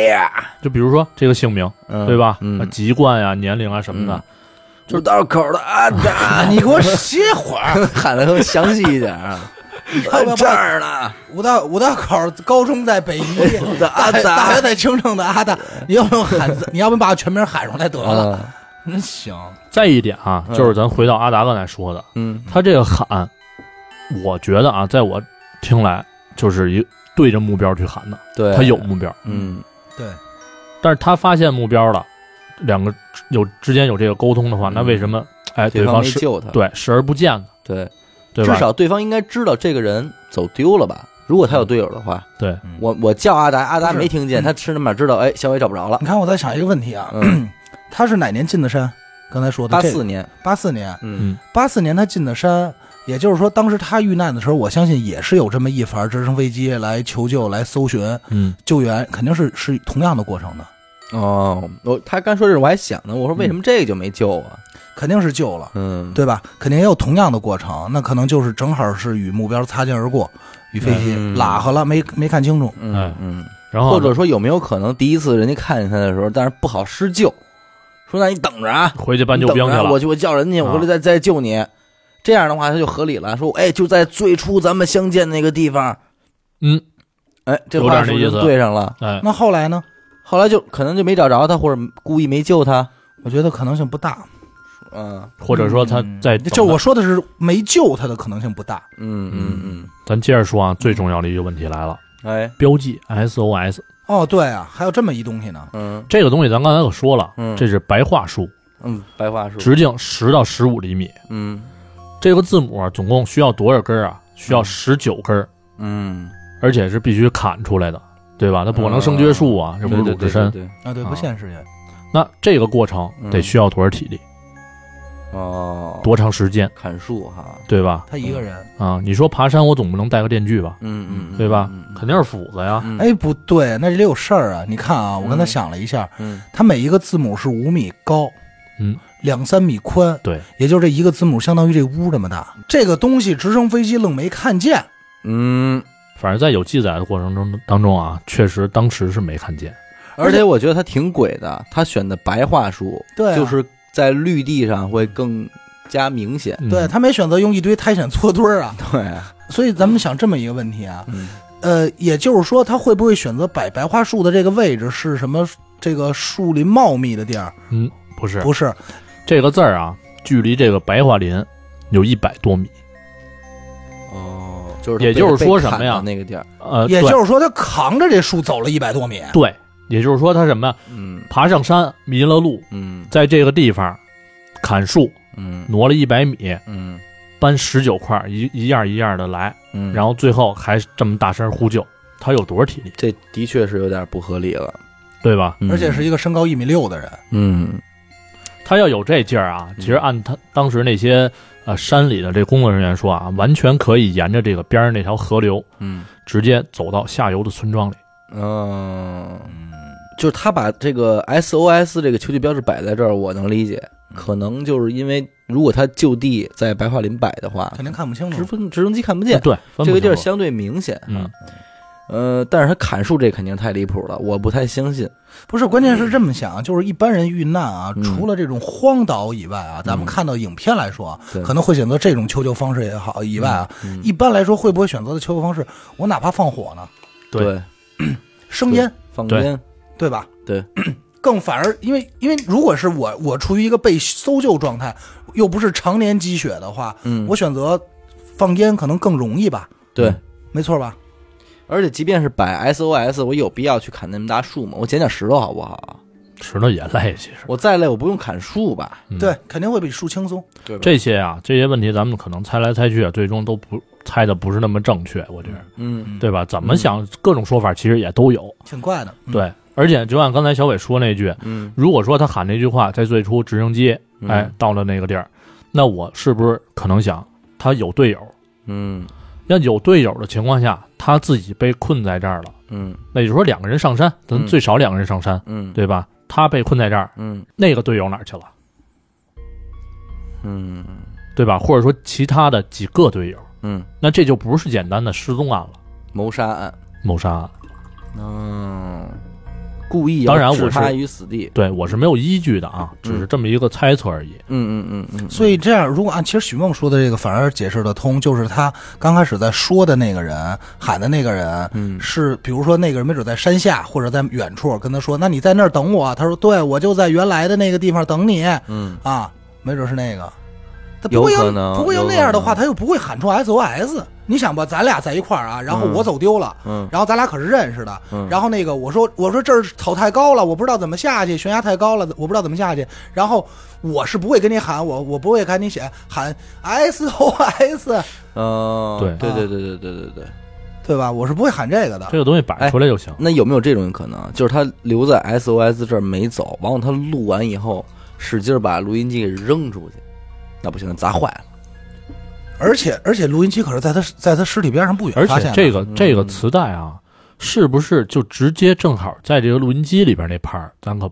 S3: 就比如说这个姓名，
S2: 嗯
S3: 对吧？啊
S2: 嗯，
S3: 籍贯呀、年龄啊什么的
S2: 嗯，五道口的阿达，
S1: 你给我歇会儿！
S2: 喊的更详细一点啊，
S1: 要不要
S2: 在这儿呢，
S1: 五道五道口高中在北医，
S2: 我的阿
S1: 大学 大
S2: 达嗯
S1: 学，在清政的阿达，你要不要喊？你要不把我全名喊出来得了？
S2: 嗯
S1: 真行，
S3: 再一点啊，
S2: 嗯
S3: 就是咱回到阿达刚才说的，
S2: 嗯
S3: 他这个喊，我觉得啊，在我听来就是一对着目标去喊的，
S2: 对，
S3: 他有目标，
S2: 嗯
S1: 对，
S3: 但是他发现目标了，两个有之间有这个沟通的话，
S2: 嗯
S3: 那为什么哎
S2: 对
S3: 方
S2: 没
S3: 视
S2: 救他，
S3: 对视而不见呢？
S2: 对，
S3: 对吧？
S2: 至少对方应该知道这个人走丢了吧？如果他有队友的话，
S3: 对
S1: 嗯
S2: 我我叫阿达，阿达
S1: 不是
S2: 没听
S1: 嗯
S2: 见，他吃那马知道，哎，小伟找不着了。
S1: 你看我在想一个问题啊，
S2: 嗯，
S1: 他是哪年进的山？刚才说的
S2: 八
S1: 这
S2: 四年，
S1: 八四年，
S2: 嗯
S1: 八四年他进的山，也就是说当时他遇难的时候，我相信也是有这么一盘直升飞机来求救、来搜寻、
S3: 嗯，
S1: 救援，肯定是是同样的过程的，
S2: 哦，我他刚说这，我还想呢，我说为什么这个就没救啊？
S1: 肯定是救了。
S2: 嗯，
S1: 对吧？肯定也有同样的过程，那可能就是正好是与目标擦肩而过，与飞机
S2: 嗯
S1: 拉和了，没没看清楚。
S2: 嗯
S3: 哎
S2: 嗯，
S3: 然后
S2: 或
S3: 呢
S2: 者说有没有可能第一次人家看见他的时候，但是不好施救，说那你等着啊，
S3: 回去搬救兵去
S2: 你等着啊
S3: 了
S2: 我，去我叫人家，
S3: 啊
S2: 我回来再再救你。这样的话，他就合理了。说，哎，就在最初咱们相见那个地方，
S3: 嗯，
S2: 哎，这
S3: 有
S2: 话
S3: 点
S2: 是不
S3: 那
S2: 是
S3: 意思
S2: 就对上了？
S3: 哎，
S1: 那后来呢？
S2: 后来就可能就没找着他，或者故意没救他。
S1: 我觉得可能性不大。
S2: 嗯
S3: 或者说他在等
S1: 就我说的是没救他的可能性不大。
S2: 嗯嗯
S3: 咱接着说啊，最重要的一个问题来了，
S2: 嗯，哎，
S3: 标记 SOS
S1: 哦，对啊，还有这么一东西呢。
S2: 嗯
S3: 这个东西，咱刚才可说了，
S2: 嗯
S3: 这是白桦树，
S2: 嗯，白桦树，
S3: 直径十到十五厘米，
S2: 嗯
S3: 这个字母啊总共需要多少根儿啊？需要
S2: 嗯
S3: 十九根儿，
S2: 嗯，
S3: 而且是必须砍出来的，对吧？它不可能生撅树啊，这不是鲁智深。
S2: 嗯对，
S1: 啊，对，
S3: 啊
S1: 不现实也。
S3: 那这个过程
S2: 嗯
S3: 得需要多少体力，
S2: 哦，
S3: 多长时间，
S2: 砍树哈，
S3: 对吧？
S1: 他一个人，
S3: 啊，你说爬山，我总不能带个电锯吧，
S2: 嗯嗯，嗯
S3: 对吧？肯定是斧子呀。
S2: 定，
S1: 哎，不对，那里有事儿啊。你看啊，我刚才
S2: 嗯
S1: 想了一下，
S2: 嗯
S1: 它每一个字母是五米高，
S3: 嗯，
S1: 两三米宽，
S3: 对，
S1: 也就是这一个字母相当于这屋这么大。这个东西直升飞机愣没看见，
S2: 嗯，
S3: 反正在有记载的过程中当中啊，确实当时是没看见。
S2: 而且我觉得他挺鬼的，他选的白桦树，
S1: 对啊
S2: 就是在绿地上会更加明 显，
S3: 嗯
S1: 对，他没选择用一堆苔藓搓堆儿啊。
S2: 对，
S1: 所以咱们想这么一个问题啊，
S2: 嗯
S1: 呃，也就是说，他会不会选择摆白桦树的这个位置是什么？这个树林茂密的地儿？
S3: 不是
S1: 不是，
S3: 这个字儿啊，距离这个白桦林有一百多米。
S2: 哦，就是
S3: 也就是说什么呀
S2: 那个地儿，
S3: 呃，
S1: 也
S3: 对
S1: 就是说，他扛着这树走了一百多米。
S3: 对，也就是说他什么呀？
S2: 嗯
S3: 爬上山迷了路，
S2: 嗯
S3: 在这个地方砍树，
S2: 嗯
S3: 挪了一百米，
S2: 嗯
S3: 搬十九块，一一样一样的来，
S2: 嗯，
S3: 然后最后还这么大声呼救，他有多少体力，
S2: 这的确是有点不合理了，
S3: 对吧？
S1: 而且是一个身高一米六的人，
S3: 啊
S2: 嗯
S3: 他要有这劲儿啊，
S2: 嗯
S3: 其实按他当时那些呃山里的这工作人员说啊，完全可以沿着这个边上那条河流，
S2: 嗯
S3: 直接走到下游的村庄里。
S2: 嗯，就是他把这个 SOS 这个求救标志摆在这儿，我能理解，
S3: 嗯
S2: 可能就是因为如果他就地在白桦林摆的话，
S1: 肯定看不清
S2: 直
S1: 楚。
S2: 分直升机看不见，
S3: 啊对，分不
S2: 这个地儿
S3: 清楚
S2: 相对明显
S3: 嗯
S2: 啊。呃，但是他砍树这肯定太离谱了，我不太相信。
S1: 不是，关键是这么想，就是一般人遇难啊，
S2: 嗯
S1: 除了这种荒岛以外啊，咱们看到影片来说啊，
S2: 对
S1: 可能会选择这种求救方式也好，以外啊，
S2: 嗯
S1: 一般来说会不会选择的求救方式？我哪怕放火呢，
S3: 对
S2: 对，
S1: 生烟，
S2: 放
S3: 对
S2: 烟，
S1: 对吧？
S2: 对，
S1: 更反而因为因为如果是我我处于一个被搜救状态，又不是常年积雪的话，
S2: 嗯，
S1: 我选择放烟可能更容易吧，
S2: 对。
S3: 嗯
S1: 没错吧？
S2: 而且即便是摆 SOS，我有必要去砍那么大树吗？我捡点石头好不好啊？
S3: 石头也累，其实
S2: 我再累，我不用砍树吧？
S3: 嗯
S1: 对，肯定会比树轻松。
S2: 对吧？
S3: 这些啊这些问题，咱们可能猜来猜去，啊最终都不猜的不是那么正确，我觉得，
S2: 嗯，
S3: 对吧？怎么想各种说法，其实也都有。
S1: 挺怪的，嗯，
S3: 对，而且就按刚才小伟说那句，
S2: 嗯
S3: 如果说他喊那句话在最初直升机，
S2: 嗯
S3: 哎，到了那个地儿，那我是不是可能想他有队友？
S2: 嗯
S3: 要有队友的情况下，他自己被困在这儿了，
S2: 嗯
S3: 那也就是说，两个人上山，咱
S2: 嗯
S3: 最少两个人上山，
S2: 嗯
S3: 对吧？他被困在这儿，
S2: 嗯
S3: 那个队友哪儿去了，
S2: 嗯
S3: 对吧？或者说其他的几个队友，
S2: 嗯，
S3: 那这就不是简单的失踪案了，
S2: 谋杀案，
S3: 谋杀案。
S2: 嗯，故意
S3: 当然
S2: 要
S3: 我
S2: 置他
S3: 是
S2: 于死地，
S3: 对我是没有依据的啊，只是这么一个猜测而已。
S2: 嗯嗯嗯嗯，
S1: 所以这样，如果按其实许梦说的这个，反而解释得通，就是他刚开始在说的那个人喊的那个人，
S2: 嗯
S1: 是比如说那个人没准在山下或者在远处跟他说，那你在那儿等我，啊他说对我就在原来的那个地方等你
S2: 嗯
S1: 啊，没准是那个，他
S2: 有
S1: 不会要
S2: 可能
S1: 不会要
S2: 有可
S1: 那样的话，
S2: 能
S1: 他又不会喊出 SOS。你想吧，咱俩在一块儿啊，然后
S2: 嗯
S1: 我走丢了，
S2: 嗯
S1: 然后咱俩可是认识的。
S2: 嗯
S1: 然后那个我说我说这儿草太高了，我不知道怎么下去，悬崖太高了，我不知道怎么下去。然后我是不会跟你喊，我我不会跟你写喊 S O S，
S2: 哦，
S3: 嗯对
S2: 对对对对对对对。
S1: 对吧？我是不会喊这个的。
S3: 这个东西摆出来就行。
S2: 那有没有这种可能，就是他留在 SOS 这儿没走，完了他录完以后，使劲儿把录音机给扔出去，那不行，砸坏了。
S1: 而且而且录音机可是在他在他尸体边上不
S3: 而
S1: 远发
S3: 且
S1: 现
S3: 这
S1: 的。
S3: 个
S2: 嗯
S3: 这个磁带啊，是不是就直接正好在这个录音机里边那盘儿，咱可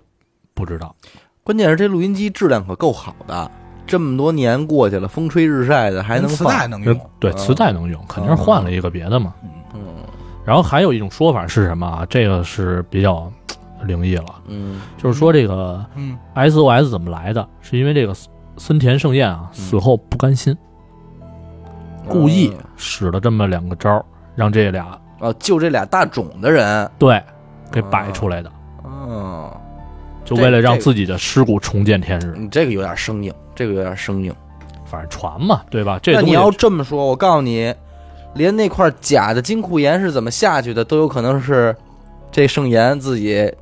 S3: 不知道。
S2: 关键是这录音机质量可够好的，这么多年过去了，风吹日晒的还能
S1: 跟磁带
S2: 放。
S1: 能用，
S3: 对，
S2: 嗯
S3: 磁带能用，肯定是换了一个别的嘛。
S2: 嗯
S3: 然后还有一种说法是什么啊？这个是比较嘖灵异了，
S2: 嗯
S3: 就是说这个
S1: 嗯，
S3: SOS 怎么来的，是因为这个森森田圣彦
S2: 嗯
S3: 啊死后不甘心，
S2: 哦
S3: 故意使了这么两个招儿，让这俩
S2: 啊，就这俩大种的人，
S3: 对给摆出来的，
S2: 嗯，
S3: 就为了
S2: 这
S3: 让
S2: 这
S3: 自己的尸骨重见天日。
S2: 你这个有点生硬，这个有点生硬。
S3: 反正传嘛，对吧？这
S2: 那
S3: 东
S2: 你
S3: 西
S2: 要这么说，我告诉你，连那块假的金库岩是怎么下去的，都有可能是这圣岩自己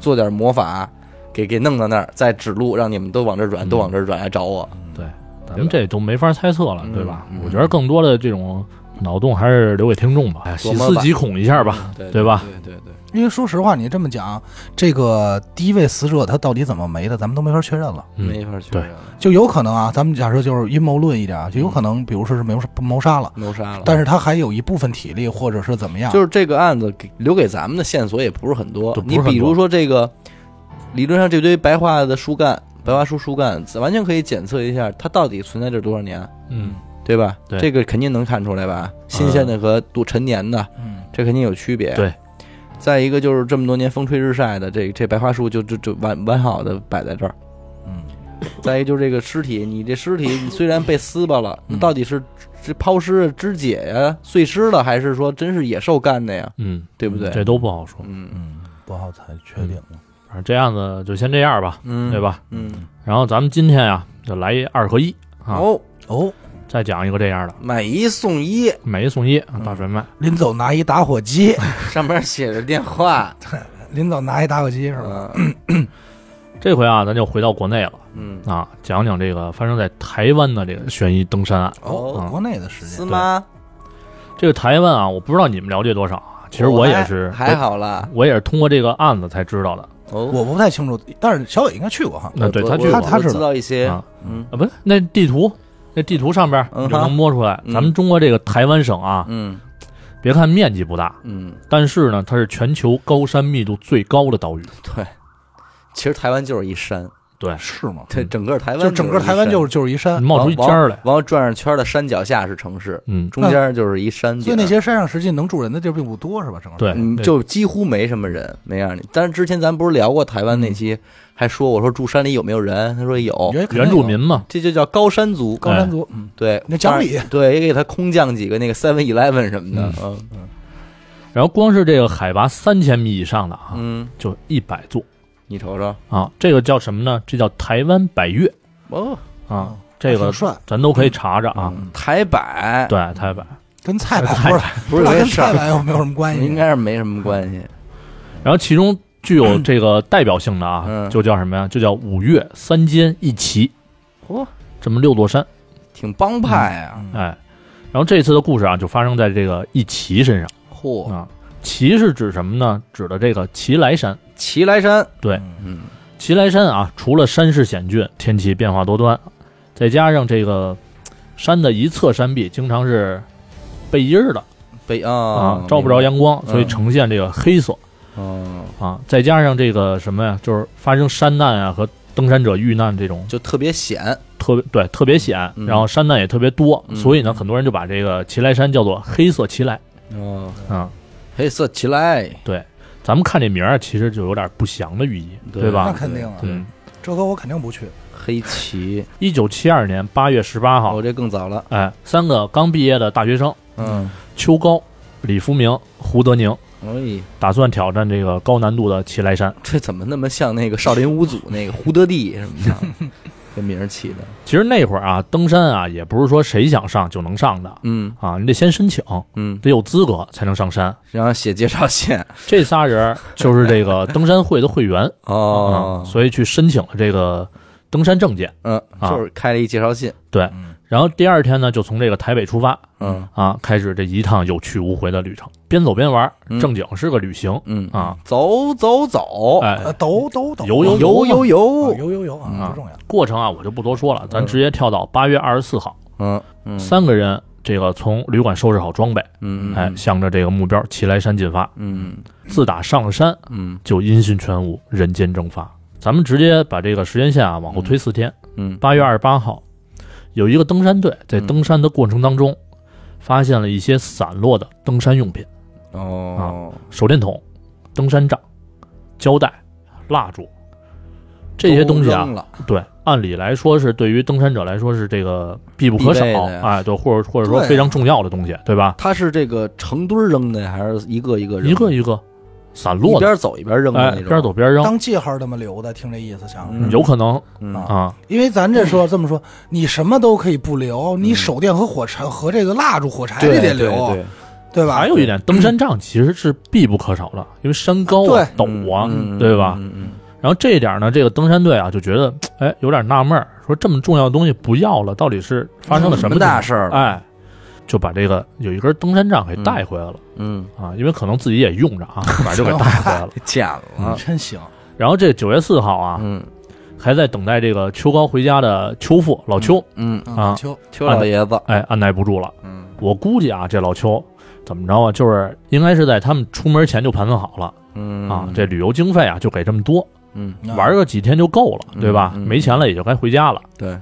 S2: 做点魔法，给给弄到那儿，再指路，让你们都往这儿转，
S3: 嗯
S2: 都往这儿转来找我。
S3: 咱们这都没法猜测了，
S2: 嗯
S3: 对吧
S2: 嗯？
S3: 我觉得更多的这种脑洞还是留给听众吧，哎呀
S2: 琢
S3: 细
S2: 磨吧嗯
S3: 思极恐一下吧。
S2: 对
S3: 对吧？
S2: 对对对，
S1: 因为说实话，你这么讲，这个第一位死者他到底怎么没的，咱们都没法确认了。
S3: 嗯
S2: 没法确
S3: 对
S2: 认了，
S1: 就有可能啊，咱们假设就是阴谋论一点啊，就有可能，比如说是谋杀谋杀了，
S2: 谋杀了。
S1: 但是他还有一部分体力，或者是怎么样，
S2: 就是这个案子给留给咱们的线索也不是很多
S3: 对，不
S2: 你
S3: 是很多
S2: 比如说这个，理论上这堆白桦的树干，白桦树树干，完全可以检测一下它到底存在这儿多少年。啊
S3: 嗯，
S2: 对吧？
S3: 对
S2: 这个肯定能看出来吧？新鲜的和多陈年的，
S1: 嗯，
S2: 这肯定有区别。
S3: 对，
S2: 再一个就是这么多年风吹日晒的，这这白桦树就就就完完好的摆在这儿。
S1: 嗯，
S2: 再一个就是这个尸体，你这尸体你虽然被撕巴了，
S3: 嗯
S2: 那到底是是抛尸啊肢解呀、碎尸了，还是说真是野兽干的呀？
S3: 嗯，
S2: 对不对？
S3: 这都不好说。
S2: 嗯
S1: 嗯，不好才确定了。
S3: 反正这样子就先这样吧，
S2: 嗯，
S3: 对？吧？
S2: 嗯，
S3: 然后咱们今天呀，就来一二合一啊，
S2: 哦，
S1: 哦，
S3: 再讲一个这样的，
S2: 买一送一，
S3: 买一送一，啊
S2: 嗯
S3: 大甩卖。
S1: 临走拿一打火 机，
S2: 上面写着电 话，
S1: 临走拿一打火机是吧？
S2: 嗯
S3: 这回啊，咱就回到国内了
S2: 嗯，
S3: 啊，讲讲这个发生在台湾的这个悬疑登山案。
S1: 哦，国内的
S3: 嗯
S1: 时
S2: 司
S1: 间，
S2: 妈，
S3: 这个台湾啊，我不知道你们了解多少啊，其实我也是，
S2: 还还好啦。
S3: 我也是通过这个案子才知道的。
S2: 哦，
S1: 我不太清楚，但是小野应该去过哈。
S3: 那对
S2: 呃我
S3: 他去
S2: 我
S3: 过
S1: 他他
S2: 我
S1: 知
S2: 知
S1: 道
S2: 道一些
S3: 啊，
S2: 嗯
S3: 啊，不是那地图，那地图上边
S2: 嗯
S3: 你就
S2: 哈
S3: 能摸出来。
S2: 嗯
S3: 咱们中国这个台湾省啊，
S2: 嗯
S3: 别看面积不大，
S2: 嗯，
S3: 但是呢，它是全球高山密度最高的岛屿。
S2: 对，其实台湾就是一山，
S3: 对，
S1: 是吗？
S2: 对，整个台湾
S1: 嗯就整个台湾就是就是一
S2: 嗯
S1: 山，
S3: 冒出一尖儿来。
S2: 完后转上圈的山脚下是城市，
S3: 嗯，
S2: 中间就是一山
S1: 所
S2: 顶
S1: 以那些山上实际能住人的地儿并不多是吧？整个
S3: 对
S2: 嗯，，就几乎没什么人，没让你。但是之前咱不是聊过台湾
S1: 嗯
S2: 那期，还说我说住山里有没有人？他说有，
S1: 哦原
S3: 原住民嘛，
S2: 这就叫高山族。
S1: 高山族，嗯，
S2: 对，
S1: 那讲理
S2: 当然对，也给他空降几个那个 Seven Eleven 什么的，嗯
S3: 然后光是这个海拔三千米以上的啊，
S2: 嗯，
S3: 就一百座
S2: 你瞅瞅，
S3: 啊，这个叫什么呢？这叫台湾百越
S2: 哦，
S3: 啊，这
S1: 挺
S3: 个
S1: 帅，
S3: 咱都可以查查啊。
S2: 嗯台百
S3: 对，台百。
S1: 跟菜板
S3: 菜
S1: 不是
S2: 不是
S1: 知道
S2: 回
S1: 跟
S2: 事
S1: 菜
S2: 儿，
S1: 板有没有什么关系？
S2: 应该是没什么关系。
S3: 然后其中具有这个代表性的啊，
S2: 嗯
S3: 就叫什么呀？就叫五岳三尖一旗，
S2: 哦，
S3: 这么六座山。
S2: 挺帮派啊！
S3: 哎，然后这次的故事啊，就发生在这个一齐身上
S2: 嚯，
S3: 啊。齐是指什么呢？指的这个齐来山。
S2: 齐来山，
S3: 对，
S2: 嗯
S3: 齐来山啊，除了山势险峻，天气变化多端，再加上这个山的一侧山壁经常是背阴儿的，
S2: 北啊
S3: 啊，照不着，阳光，所以
S2: 嗯
S3: 呈现这个黑色
S2: 嗯，
S3: 啊，再加上这个什么呀，就是发生山难啊和登山者遇难这种
S2: 就特别显，
S3: 特别对特别险
S2: 嗯，
S3: 然后山难也特别多，
S2: 嗯
S3: 所以呢，很多人就把这个奇莱山叫做黑色奇莱
S2: 嗯，
S3: 啊。
S2: 黑色起来，
S3: 咱们看这名儿，啊其实就有点不祥的寓意，
S2: 对
S3: 对
S1: 那
S3: 吧？
S1: 肯定啊，
S2: 对
S3: 嗯，
S1: 这个我肯定不去。
S2: 黑旗，
S3: 一九七二年八月十八号
S2: 哦，，这更早了，
S3: 哎，三个刚毕业的大学生
S2: 嗯，
S3: 秋高、李福明、胡德宁
S2: 哎，
S3: 打算挑战这个高难度的奇莱山。
S2: 这怎么那么像那个少林五祖那个胡德帝什么的， 这名儿起的，
S3: 其实那会儿啊，登山啊，也不是说谁想上就能上的
S2: 嗯
S3: 啊，你得先申请，
S2: 嗯，
S3: 得有资格才能上山。
S2: 然后写介绍信，
S3: 这仨人儿就是这个登山会的会员
S2: 哦
S3: 嗯，所以去申请了这个登山证件。
S2: 嗯，
S3: 啊
S2: 就是开了一介绍信，
S3: 对，然后第二天呢，就从这个台北出发
S2: 嗯
S3: 啊，开始这一趟有去无回的旅程，边走边玩儿
S2: 嗯，
S3: 正经是个旅行
S2: 嗯，哦
S3: 啊。
S2: 走走走，
S3: 哎
S1: 呃，，抖抖抖，
S3: 游
S2: 游
S3: 游
S2: 游
S3: 游
S2: 游
S3: 哎
S1: 啊
S2: 游，
S1: 游游游啊，
S2: 嗯
S1: 不重要。
S3: 过程啊，我就不多说了，咱
S2: 嗯
S3: 直接跳到八月二十四号，
S2: 嗯嗯
S3: 三个人这个从旅馆收拾好装备，
S2: 嗯
S3: 哎，向着这个目标奇莱山进发。
S2: 嗯
S3: 自打上了山，
S2: 嗯
S3: 就音讯全无，人间蒸发。咱们直接把这个时间线啊往后推四天，
S2: 嗯，
S3: 八月二十八号，有一个登山队在
S2: 嗯
S3: 登山的过程当中，发现了一些散落的登山用品，
S2: 哦，
S3: 手电筒、登山杖、胶带、蜡烛，这些东西
S2: 都
S3: 啊
S2: 扔，了
S3: 对，按理来说是对于登山者来说是这个必不可少
S2: 必备的呀，
S3: 哎，对，或者或者
S2: 对
S3: 说
S2: 啊
S3: 非常重要的东西，对吧？
S2: 他是这个成堆儿扔的，还是一个一个扔？
S3: 一个一个散
S2: 一
S3: 落的，
S2: 边走一边扔的
S3: 哎，
S2: 那种。
S3: 边走边扔，
S1: 当记号这么留的，听这意思像
S2: 嗯
S1: 是。
S3: 有可能
S2: 嗯
S1: 啊
S3: 啊，
S1: 因为咱这说这么说，你什么都可以不留，你手电和火柴和这个蜡烛、火柴
S2: 嗯对
S1: 这
S2: 对
S1: 得留，
S2: 对，
S1: 对吧？
S3: 还有一点，登山杖其实是必不可少的，因为山高啊、
S1: 对
S3: 陡啊，
S2: 嗯
S3: 对吧？
S2: 嗯嗯
S3: 然后这一点呢，这个登山队啊就觉得，哎，有点纳闷儿，说这么重要的东西不要了，到底是发生了
S2: 什
S3: 么
S2: 大
S3: 事？
S2: 事儿？
S3: 哎，就把这个有一根登山杖给带回来了、
S2: 嗯，
S3: 啊，因为可能自己也用着啊，反 正就给带回来了。
S2: 捡了。
S1: 真行，
S3: 然后这九月四号嗯啊，
S2: 嗯
S3: 还在等待这个秋高回家的秋父老邱，
S2: 嗯，
S1: 嗯
S3: 啊
S1: 秋
S2: 邱老爷子，
S3: 哎，按耐不住了。
S2: 嗯
S3: 我估计啊，这老邱怎么着啊，就是应该是在他们出门前就盘算好了。
S2: 嗯
S3: 啊，这旅游经费啊就给这么多，
S2: 嗯
S3: 玩个几天就够了，对吧？
S2: 嗯嗯
S3: 没钱了也就该回家了。
S2: 对，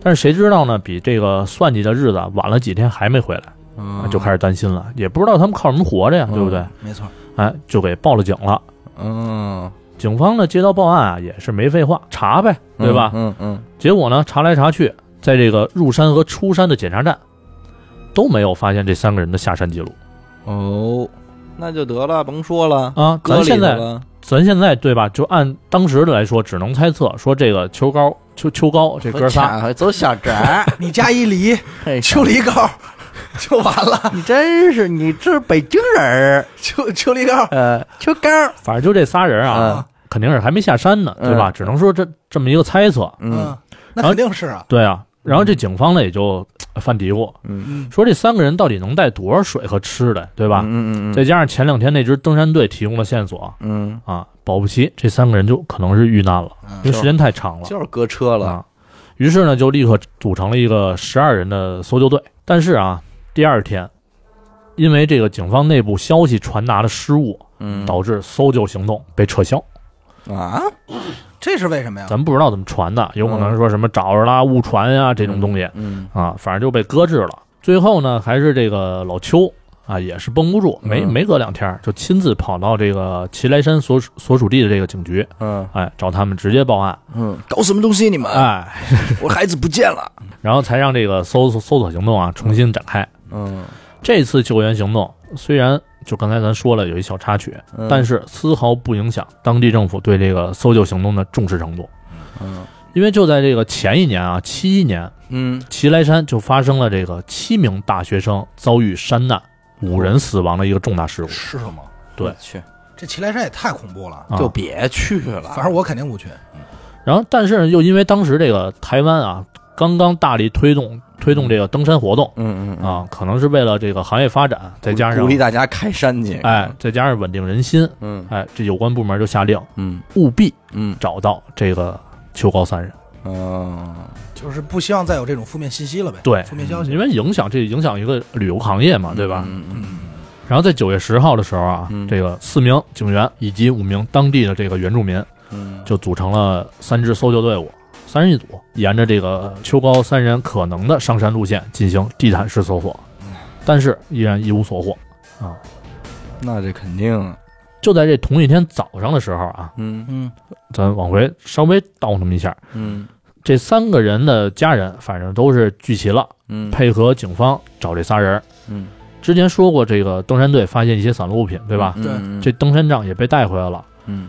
S3: 但是谁知道呢？比这个算计的日子晚了几天还没回来，
S2: 嗯
S3: 啊就开始担心了，也不知道他们靠什么活着呀，
S2: 嗯
S3: 对不对？
S1: 没错，
S3: 哎，就给报了警了。
S2: 嗯，
S3: 警方呢接到报案啊，也是没废话，查呗，对吧？
S2: 嗯嗯
S3: 结果呢查来查去，在这个入山和出山的检查站都没有发现这三个人的下山记录
S2: 嗯哦，那就得了，甭说了。
S3: 啊。
S2: 搁里
S3: 咱
S2: 头
S3: 现在
S2: 了
S3: 咱现在对吧？就按当时的来说，只能猜测说这个秋高秋秋高这哥仨，
S2: 还走小宅，
S1: 你加一梨，
S2: 嘿
S1: 秋梨膏就完了，
S2: 你真是你这是北京人儿，
S1: 秋秋梨膏
S2: 呃，秋高，
S3: 反正就这仨人啊，肯定是还没下山呢，对吧？
S2: 嗯
S3: 只能说这这么一个猜测，
S1: 嗯
S2: 嗯，
S1: 那肯定是啊，
S3: 对啊。然后这警方呢也就呃犯嘀咕，
S1: 嗯，
S3: 说这三个人到底能带多少水和吃的，对吧？
S2: 嗯嗯嗯
S3: 再加上前两天那支登山队提供的线索
S2: 嗯，
S3: 啊，保不齐这三个人就可能是遇难了，因为时间太长了。
S2: 就是搁车了，
S3: 啊。于是呢，就立刻组成了一个十二人的搜救队。但是啊，第二天，因为这个警方内部消息传达的失误，
S2: 嗯，
S3: 导致搜救行动被撤销。
S2: 啊，
S1: 这是为什么呀？
S3: 咱们不知道怎么传的，有可能是说什么找着啦、误传呀、这种东西
S2: 嗯
S3: 啊，反正就被搁置了。最后呢，还是这个老邱啊，也是绷不住，没
S2: 嗯
S3: 没隔两天就亲自跑到这个祁莱山所属所属地的这个警局，
S2: 嗯啊
S3: 哎，找他们直接报案，
S2: 嗯，搞什么东西你们？
S3: 哎，
S2: 我孩子不见了，
S3: 然后才让这个搜索搜索行动啊重新展开。
S2: 嗯，
S3: 这次救援行动虽然就刚才咱说了有一小插曲，
S2: 嗯
S3: 但是丝毫不影响当地政府对这个搜救行动的重视程度。
S2: 嗯
S3: 因为就在这个前一年啊，七一年，
S2: 嗯，
S3: 祁莱山就发生了这个七名大学生遭遇山难，
S2: 嗯
S3: 五人死亡的一个重大事故。
S1: 是吗？
S3: 对
S2: 去
S1: 这祁莱山也太恐怖了，
S3: 啊
S2: 就别去了，
S1: 反正我肯定不去。
S3: 然后，但是呢又因为当时这个台湾啊，刚刚大力推动推动这个登山活动
S2: 嗯嗯嗯，
S3: 啊，可能是为了这个行业发展，再加上
S2: 鼓励大家开山去，
S3: 哎，，再加上稳定人心，
S2: 嗯
S3: 哎，这有关部门就下令
S2: 嗯
S3: 务必
S2: 嗯
S3: 找到这个秋高三人，
S2: 嗯，
S1: 就是不希望再有这种负面信息了呗，
S3: 对嗯
S1: 负面消息
S3: 因。为影响这影响一个旅游行业嘛，对吧？
S2: 嗯嗯
S3: 然后在九月十号的时候啊，
S2: 嗯
S3: 这个四名警员以及五名当地的这个原住民
S2: 嗯，
S3: 就组成了三支搜救队伍，三人一组，沿着这个秋高三人可能的上山路线进行地毯式搜索，但是依然一无所获啊。
S2: 那这肯定，
S3: 就在这同一天早上的时候啊，
S2: 嗯
S1: 嗯
S3: 咱往回稍微倒那么一下，
S2: 嗯
S3: 这三个人的家人反正都是聚齐了，
S2: 嗯，
S3: 配合警方找这仨人。
S2: 嗯，
S3: 之前说过，这个登山队发现一些散落物品，对吧？
S1: 对
S2: 嗯
S3: 这，登山杖也被带回来了。
S2: 嗯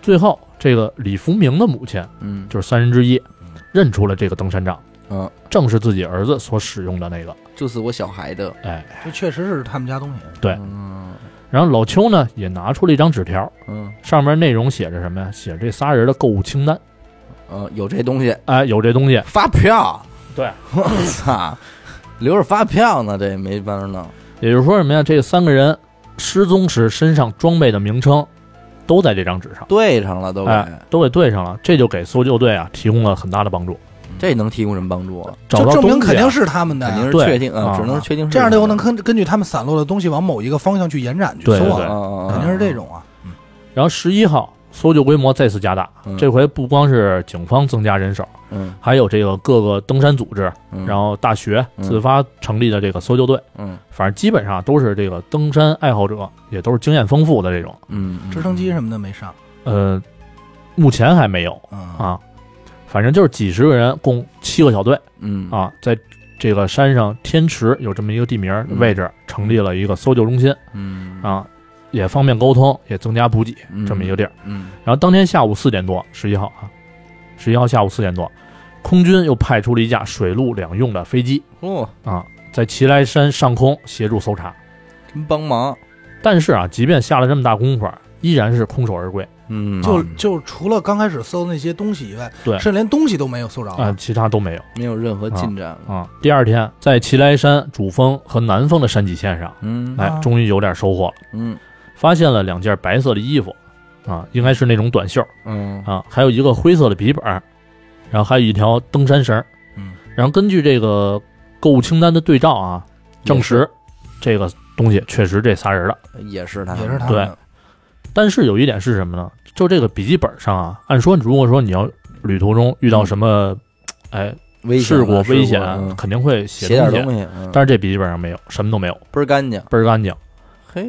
S3: 最后，这个李福明的母亲
S2: 嗯，
S3: 就是三人之一，
S1: 嗯
S3: 认出了这个登山杖，
S2: 啊，
S3: 正是自己儿子所使用的那个。
S2: 就是我小孩的，
S3: 哎，
S1: 这确实是他们家东西。
S3: 对
S2: 嗯
S3: 然后老邱呢也拿出了一张纸条，
S2: 嗯
S3: 上面内容写着什么呀？写着这仨人的购物清单。
S2: 呃，有这东西，
S3: 哎，有这东西。
S2: 发票，
S3: 对，
S2: 我操，留着发票呢，这没法弄，
S3: 也就是说什么呀？这三个人失踪时身上装备的名称都在这张纸上，
S2: 对上了都给，
S3: 哎，都给对上了，这就给搜救队啊提供了很大的帮助。
S2: 这能提供什么帮助啊？
S3: 找
S1: 就
S3: 到
S1: 证
S3: 东
S1: 明
S3: 西啊
S1: 肯定是他们的呀，
S2: 肯定是
S3: 对
S2: 确定，啊，
S3: 啊
S2: 只能是确定是
S1: 这样的
S2: 有
S1: 我能根根据他们散落的东西往某一个方向去延展去
S3: 对
S1: 搜
S3: 对
S1: 啊，
S2: 能
S1: 肯定是这，种啊。
S3: 然后十一号搜救规模再次加大，
S2: 嗯
S3: 这回不光是警方增加人手，
S2: 嗯
S3: 还有这个各个登山组织，
S2: 嗯，
S3: 然后大学
S2: 嗯
S3: 自发成立的这个搜救队，
S2: 嗯
S3: 反正基本上都是这个登山爱好者，也都是经验丰富的这种。
S2: 嗯，
S1: 直升机什么的没上，
S3: 呃，目前还没有
S1: 嗯，
S3: 啊，反正就是几十个人，共七个小队
S2: 嗯
S3: 啊，在这个山上天池有这么一个地名儿
S2: 嗯
S3: 位置，成立了一个搜救中心
S2: 嗯
S3: 啊，也方便沟通，也增加补给这么一个地儿。
S2: 嗯
S3: 然后当天下午四点多，十一号啊，十一号下午四点多，空军又派出了一架水陆两用的飞机
S2: 哦，
S3: 啊，在祁来山上空协助搜查。
S2: 真帮忙，
S3: 但是啊，即便下了这么大功夫啊，依然是空手而归
S2: 嗯，
S1: 就
S2: 啊
S1: 就除了刚开始搜的那些东西以外，
S3: 对
S1: 甚至连东西都没有搜着
S3: 啊、。其他都没有
S2: 没有任何进展了，
S3: 啊。第二天，在祁来山主峰和南峰的山脊线上，
S2: 嗯
S3: 哎，终于有点收获了，
S2: 嗯
S3: 发现了两件白色的衣服啊，应该是那种短袖
S2: 嗯
S3: 啊，还有一个灰色的笔记本，然后还有一条登山绳。
S1: 嗯，
S3: 然后根据这个购物清单的对照啊，证实这个东西确实这仨人的。
S2: 也是他，嗯
S1: 也是他们
S3: 对
S1: 的，
S3: 但是有一点是什么呢？就这个笔记本上啊，按说如果说你要旅途中遇到什么，哎，
S2: 嗯危险了
S3: 事故危险，
S2: 嗯
S3: 肯定会
S2: 写
S3: 写
S2: 点
S3: 东
S2: 东
S3: 西。
S2: 西，嗯
S3: 但是这笔记本上没有，什么都没有，
S2: 倍儿干净，
S3: 倍儿干净。
S2: 嘿，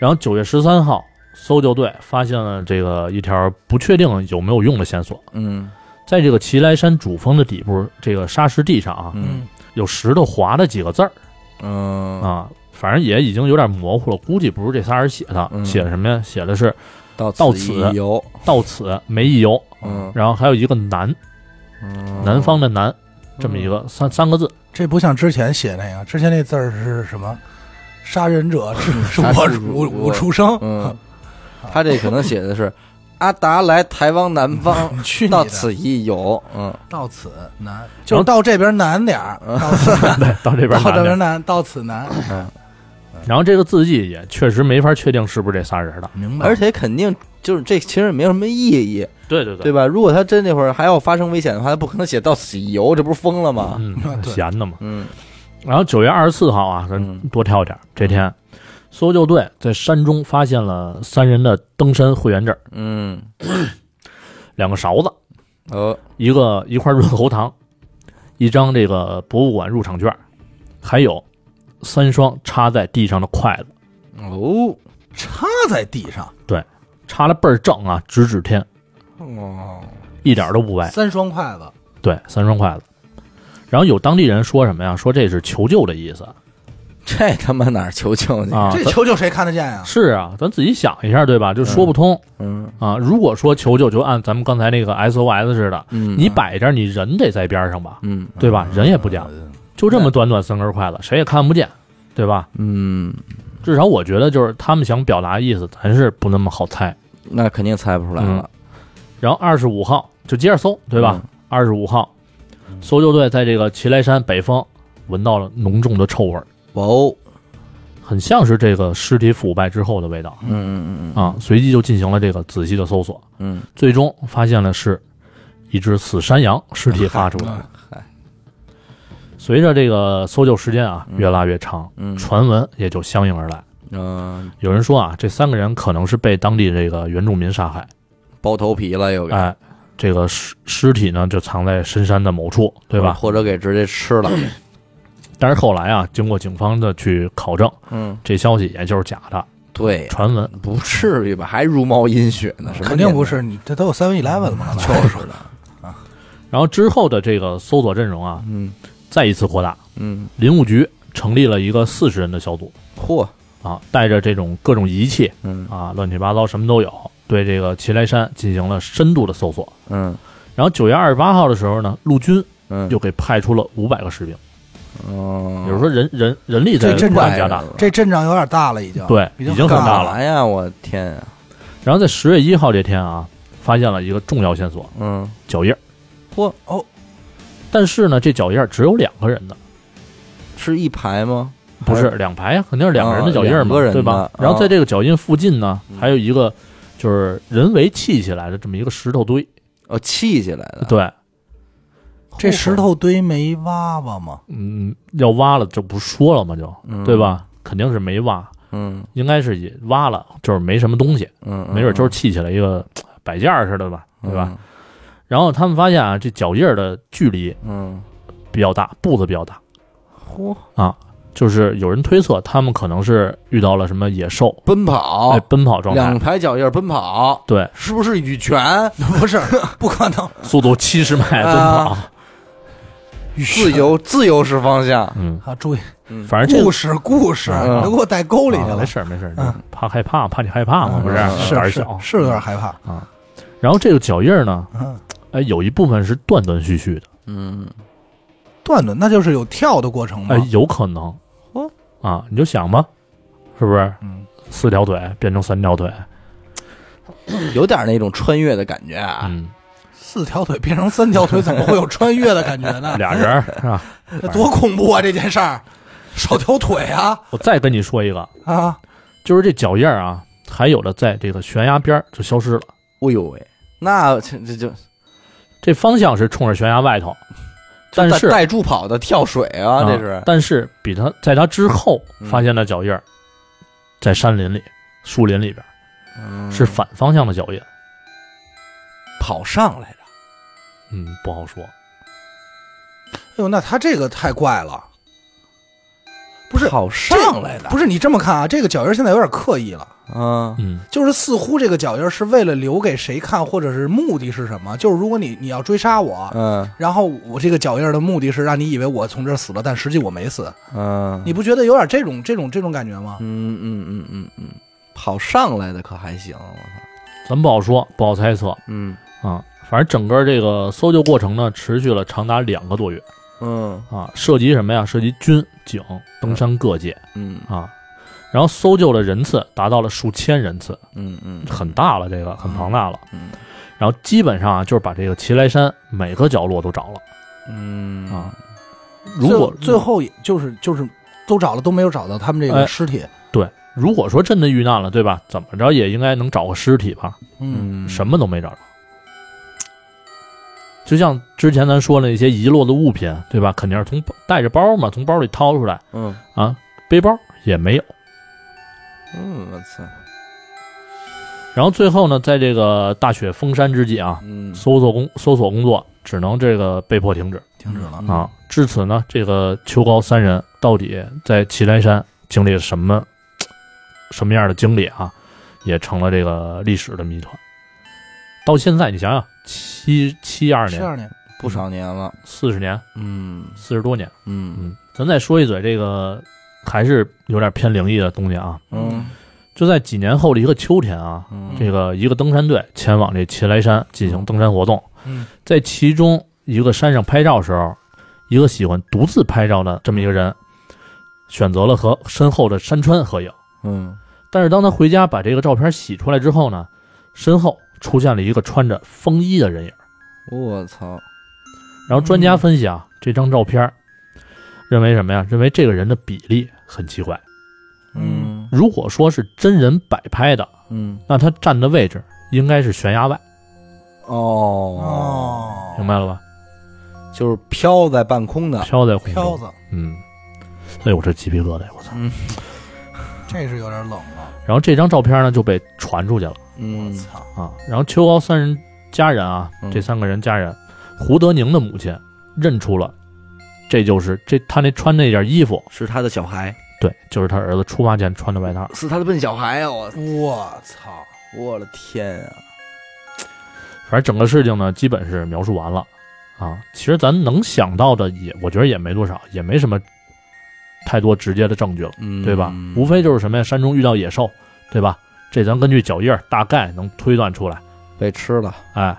S3: 然后九月十三号，搜救队发现了这个一条不确定有没有用的线索，
S2: 嗯
S3: 在这个祁来山主峰的底部这个沙石地上啊，
S2: 嗯
S3: 有石头划的几个字儿。
S2: 嗯，
S3: 啊，反正也已经有点模糊了，估计不是这仨人写的，
S2: 嗯
S3: 写的什么呀？写的是
S2: 到
S3: 到
S2: 此
S3: 此
S2: 一游，
S3: 到此没一游，
S2: 嗯，
S3: 然后还有一个南，
S2: 嗯
S3: 南方的南，这么一个三三个字，
S1: 这不像之前写那个，之前那字儿是什么？杀人者是是
S2: 嗯杀
S1: 我
S2: 人者
S1: 我
S2: 我
S1: 我出生，
S2: 嗯，他这可能写的是阿达来台湾南方，
S1: 去你的
S2: 到此一游，嗯
S1: 到此难，就是到这边难点儿，到此难，
S3: 对， 到嗯这边
S1: 到
S3: 南
S1: 这边
S3: 边。
S1: 难，到此难，
S2: 嗯，
S3: 然后这个字迹也确实没法确定是不是这仨人的，
S1: 明
S2: 而且肯定就是这其实没有什么意义，
S3: 对对
S2: 对，吧？如果他真那会儿还要发生危险的话，他不可能写到此一游，这不是疯了吗？
S3: 嗯，
S1: 对
S3: 闲的嘛。
S2: 嗯
S3: 然后九月二十四号啊，咱
S2: 嗯
S3: 多跳点儿，这天。搜救队在山中发现了三人的登山会员证，
S2: 嗯，
S3: 两个勺子，
S2: 呃，
S3: 一个一块润喉糖，一张这个博物馆入场券，还有三双插在地上的筷子，
S2: 哦，
S1: 插在地上，
S3: 插的倍儿正啊，直指天，
S2: 哦，
S3: 一点都不歪。
S1: 三双筷子，
S3: 对，三双筷子。然后有当地人说什么呀？说这是求救的意思
S2: 这他妈哪儿求救去？
S3: 啊。
S1: 这
S3: 咱
S1: 球球谁看得见呀？
S3: 是啊，咱自己想一下，对吧？就说不通、
S2: 嗯
S3: 啊。如果说求救，就按咱们刚才那个 SOS 似的，
S2: 嗯，
S3: 你摆这儿，你人得在边上吧，
S2: 嗯
S3: 对吧？人也不讲，
S1: 呃
S3: 就这么
S2: 对
S3: 短短三根筷子，谁也看不见，对吧？
S2: 嗯，
S3: 至少我觉得就是他们想表达意思，咱是不那么好猜。
S2: 那肯定猜不出来了，
S3: 然后二十五号就接着搜，对吧？
S2: 嗯
S3: 二十五号，搜救队在这个祁来山北峰闻到了浓重的臭味儿，
S2: 嗯？哇哦，
S3: 很像是这个尸体腐败之后的味道
S2: 嗯嗯嗯嗯
S3: 啊。随即就进行了这个仔细的搜索，
S2: 嗯，
S3: 最终
S2: 哎
S3: 发现了是一只死山羊尸体发出来的。
S2: 嗨，
S3: 随着这个搜救时间啊越拉越长，
S2: 嗯
S3: 传闻也就相应而来。
S2: 嗯，
S3: 有人说啊，这三个人可能是被当地这个原住民杀害，
S2: 包头皮了又给，
S3: 哎，这个尸尸体呢就藏在深山的某处，对吧？
S2: 或者给直接吃了，
S1: 嗯
S3: 但是后来啊，经过警方的去考证，
S2: 嗯，
S3: 这消息也就是假的
S2: 对，
S3: 传闻。
S2: 不至于吧？还茹毛饮血呢？什么
S1: 肯定不
S2: 年代，
S1: 是
S3: 啊
S1: 你这都有 seven eleven 了嘛，
S3: 嗯
S2: 就是的，
S3: 然后之后的这个搜索阵容啊，
S2: 嗯
S3: 再一次扩大，
S2: 嗯，
S3: 林务局成立了一个四十人的小组
S2: 嚯，
S3: 啊，带着这种各种仪器
S2: 嗯
S3: 啊，乱七八糟什么都有，对这个祁来山进行了深度的搜索。
S2: 嗯
S3: 然后九月二十八号的时候呢，陆军
S2: 嗯，
S3: 又给派出了五百个士兵，
S2: 哦嗯，
S3: 也就是说人人人力在
S1: 这阵
S3: 不
S1: 仗
S3: 断加大。
S1: 这阵仗有点大了，已经
S3: 对已经很大
S1: 大
S3: 了
S2: 哎呀，我天呀，
S3: 然后在十月一号这天啊，发现了一个重要线索
S2: 嗯，
S3: ——脚印儿。
S2: 嚯，
S1: 哦
S3: 但是呢，这脚印儿只有两个人的，
S2: 是一排吗？
S3: 不是两排呀，肯定是两个人的脚印儿
S2: 哦两
S3: 嘛，
S2: 个人的
S3: 对吧
S2: 哦？
S3: 然后在这个脚印附近呢，
S2: 嗯
S3: 还有一个就是人为砌起来的这么一个石头堆。
S2: 哦，砌起来的，
S3: 对，
S2: 嚯，
S1: 这石头堆没挖挖吗？
S3: 嗯，要挖了就不说了嘛，就
S2: 嗯
S3: 对？吧？肯定是没挖，
S2: 嗯
S3: 应该是也挖了，就是没什么东西，
S2: 嗯，
S3: 没准就是砌起来一个呃摆件儿似的吧，
S2: 嗯
S3: 对吧？？然后他们发现啊，这脚印儿的距离
S2: 嗯，
S3: 比较大，步子比较大，啊
S2: 嚯，
S3: 就是有人推测他们可能是遇到了什么野兽，
S2: 奔跑
S3: 在，奔哎跑状
S2: 哦两
S3: 态，
S2: 排脚印儿奔跑，
S3: 对，
S2: 是不是羽泉？
S1: 不是， 不可能，
S3: 速度七十迈奔跑，
S2: 自由自由是方向。
S3: 嗯，
S1: 啊！注意
S2: 嗯
S3: 反正这
S1: 故
S3: 个。
S1: 事，故事，
S2: 嗯
S1: 你都给我带沟里去
S3: 啊没
S1: 了，
S3: 事儿没事儿，
S1: 嗯
S3: 怕害怕，怕你害怕嘛，
S1: 嗯
S3: 不是
S2: 嗯
S3: 胆儿
S1: 是是
S3: 小。
S1: 是有点害怕。
S3: 然后这个脚印儿呢，
S1: 嗯，
S3: 哎，有一部分是断断续续的。
S2: 嗯，
S1: 断断，那就是有跳的过程吗
S3: 哎？，有可能
S2: 哦。
S3: 啊，你就想吧，是不是
S1: 嗯，
S3: 四条腿变成三条腿？
S2: 有点那种穿越的感觉啊。
S3: 嗯，
S1: 四条腿变成三条腿，怎么会有穿越的感觉呢？
S3: 俩人儿是 吧？
S1: 这 多恐怖啊！这件事儿，少条腿啊
S3: 我再跟你说一个，
S1: 啊！
S3: 就是这脚印儿啊，还有的在这个悬崖边儿就消失了，
S2: 哎呦喂，那这这就
S3: 这方向是冲着悬崖外头，但
S2: 带
S3: 是
S2: 带助跑的跳水啊，这是
S3: 但是比他在他之后
S2: 嗯
S3: 发现的脚印儿，在山林里、树林里边儿
S2: 嗯
S3: 是反方向的脚印。
S2: 跑上来的。
S3: 嗯，不好说。
S1: 哎呦，那他这个太怪了，不是
S2: 跑
S1: 这
S2: 上来的，
S1: 不
S2: 是
S1: 是你这么看啊？这个脚印现在有点刻意了，
S2: 嗯
S3: 嗯，
S1: 就是似乎这个脚印是为了留给谁看，或者是目的是什么？就是如果你你要追杀我。
S2: 嗯
S1: 然后我这个脚印的目的是让你以为我从这儿死了，但实际我没死。
S2: 嗯，
S1: 你不觉得有点这种这种这种感觉吗？
S2: 嗯嗯嗯嗯嗯，跑上来的可还行，我操，
S3: 咱不好说，不好猜测
S2: 嗯
S3: 啊。反正整个这个搜救过程呢，持续了长达两个多月。
S2: 嗯
S3: 啊，涉及什么呀？涉及军警登山各界
S2: 嗯
S3: 啊，然后搜救的人次达到了数千人次，
S2: 嗯嗯，
S3: 很大了，这个很庞大了。
S2: 嗯
S3: 然后基本上啊，就是把这个祁来山每个角落都找了
S2: 嗯
S3: 啊。如果
S1: 最最后也就是就是都找了都没有找到他们这
S3: 哎
S1: 个尸体，
S3: 对，如果说真的遇难了，对吧？怎么着也应该能找个尸体吧？
S1: 嗯，
S2: 嗯
S3: 什么都没找着。就像之前咱说的那些遗落的物品，对吧？肯定是从包带着包嘛，从包里掏出来
S2: 嗯
S3: 啊，背包也没有。
S2: 嗯，我操，
S3: 然后最后呢，在这个大雪封山之际啊，
S2: 嗯，
S3: 搜索工搜索工作只能这个被迫停止
S1: 停止了。
S3: 啊。至此呢，这个秋高三人到底在祁来山经历了什么什么样的经历啊，也成了这个历史的谜团。到现在，你想想，七七二
S1: 十
S3: 年，
S1: 二年，
S2: 不少年了，
S3: 四十年，
S2: 嗯
S3: 四十多年，
S2: 嗯
S3: 嗯，咱再说一嘴这个还是有点偏灵异的东西啊。
S2: 嗯
S3: 就在几年后的一个秋天啊，
S2: 嗯
S3: 这个一个登山队前往这祁来山进行登山活动，
S1: 嗯，
S3: 在其中一个山上拍照时候，一个喜欢独自拍照的这么一个人，选择了和身后的山川合影。
S2: 嗯
S3: 但是当他回家把这个照片洗出来之后呢，身后出现了一个穿着风衣的人影。
S2: 嗯我操，
S3: 然后专家分析啊，这张照片认为什么呀？认为这个人的比例很奇怪。
S2: 嗯
S3: 如果说是真人摆拍的，
S2: 嗯
S3: 那他站的位置应该是悬崖外，
S2: 哦
S1: 哦，
S3: 明白了吧？
S2: 就是飘在半空的，
S3: 飘在空
S1: 飘
S3: 中，
S1: 子，
S3: 嗯，哎呦，我这鸡皮疙瘩，我操！
S1: 这是有点冷了。
S3: 然后这张照片呢就被传出去了
S1: 我
S2: 嗯
S1: 操，
S3: 啊。然后秋高三人家人啊
S2: 嗯，
S3: 这三个人家人，胡德宁的母亲认出了，这就是这他那穿那件衣服，
S2: 是他的小孩，
S3: 对，就是他儿子出发前穿的外套。
S2: 是他的笨小孩啊！我
S1: 我操，
S2: 我的天啊！
S3: 反正整个事情呢，基本是描述完了啊。其实咱能想到的也，我觉得也没多少，也没什么太多直接的证据了，
S2: 嗯，
S3: 对吧？无非就是什么呀，山中遇到野兽，对吧？这咱根据脚印儿大概能推断出来，
S2: 被吃了。
S3: 哎。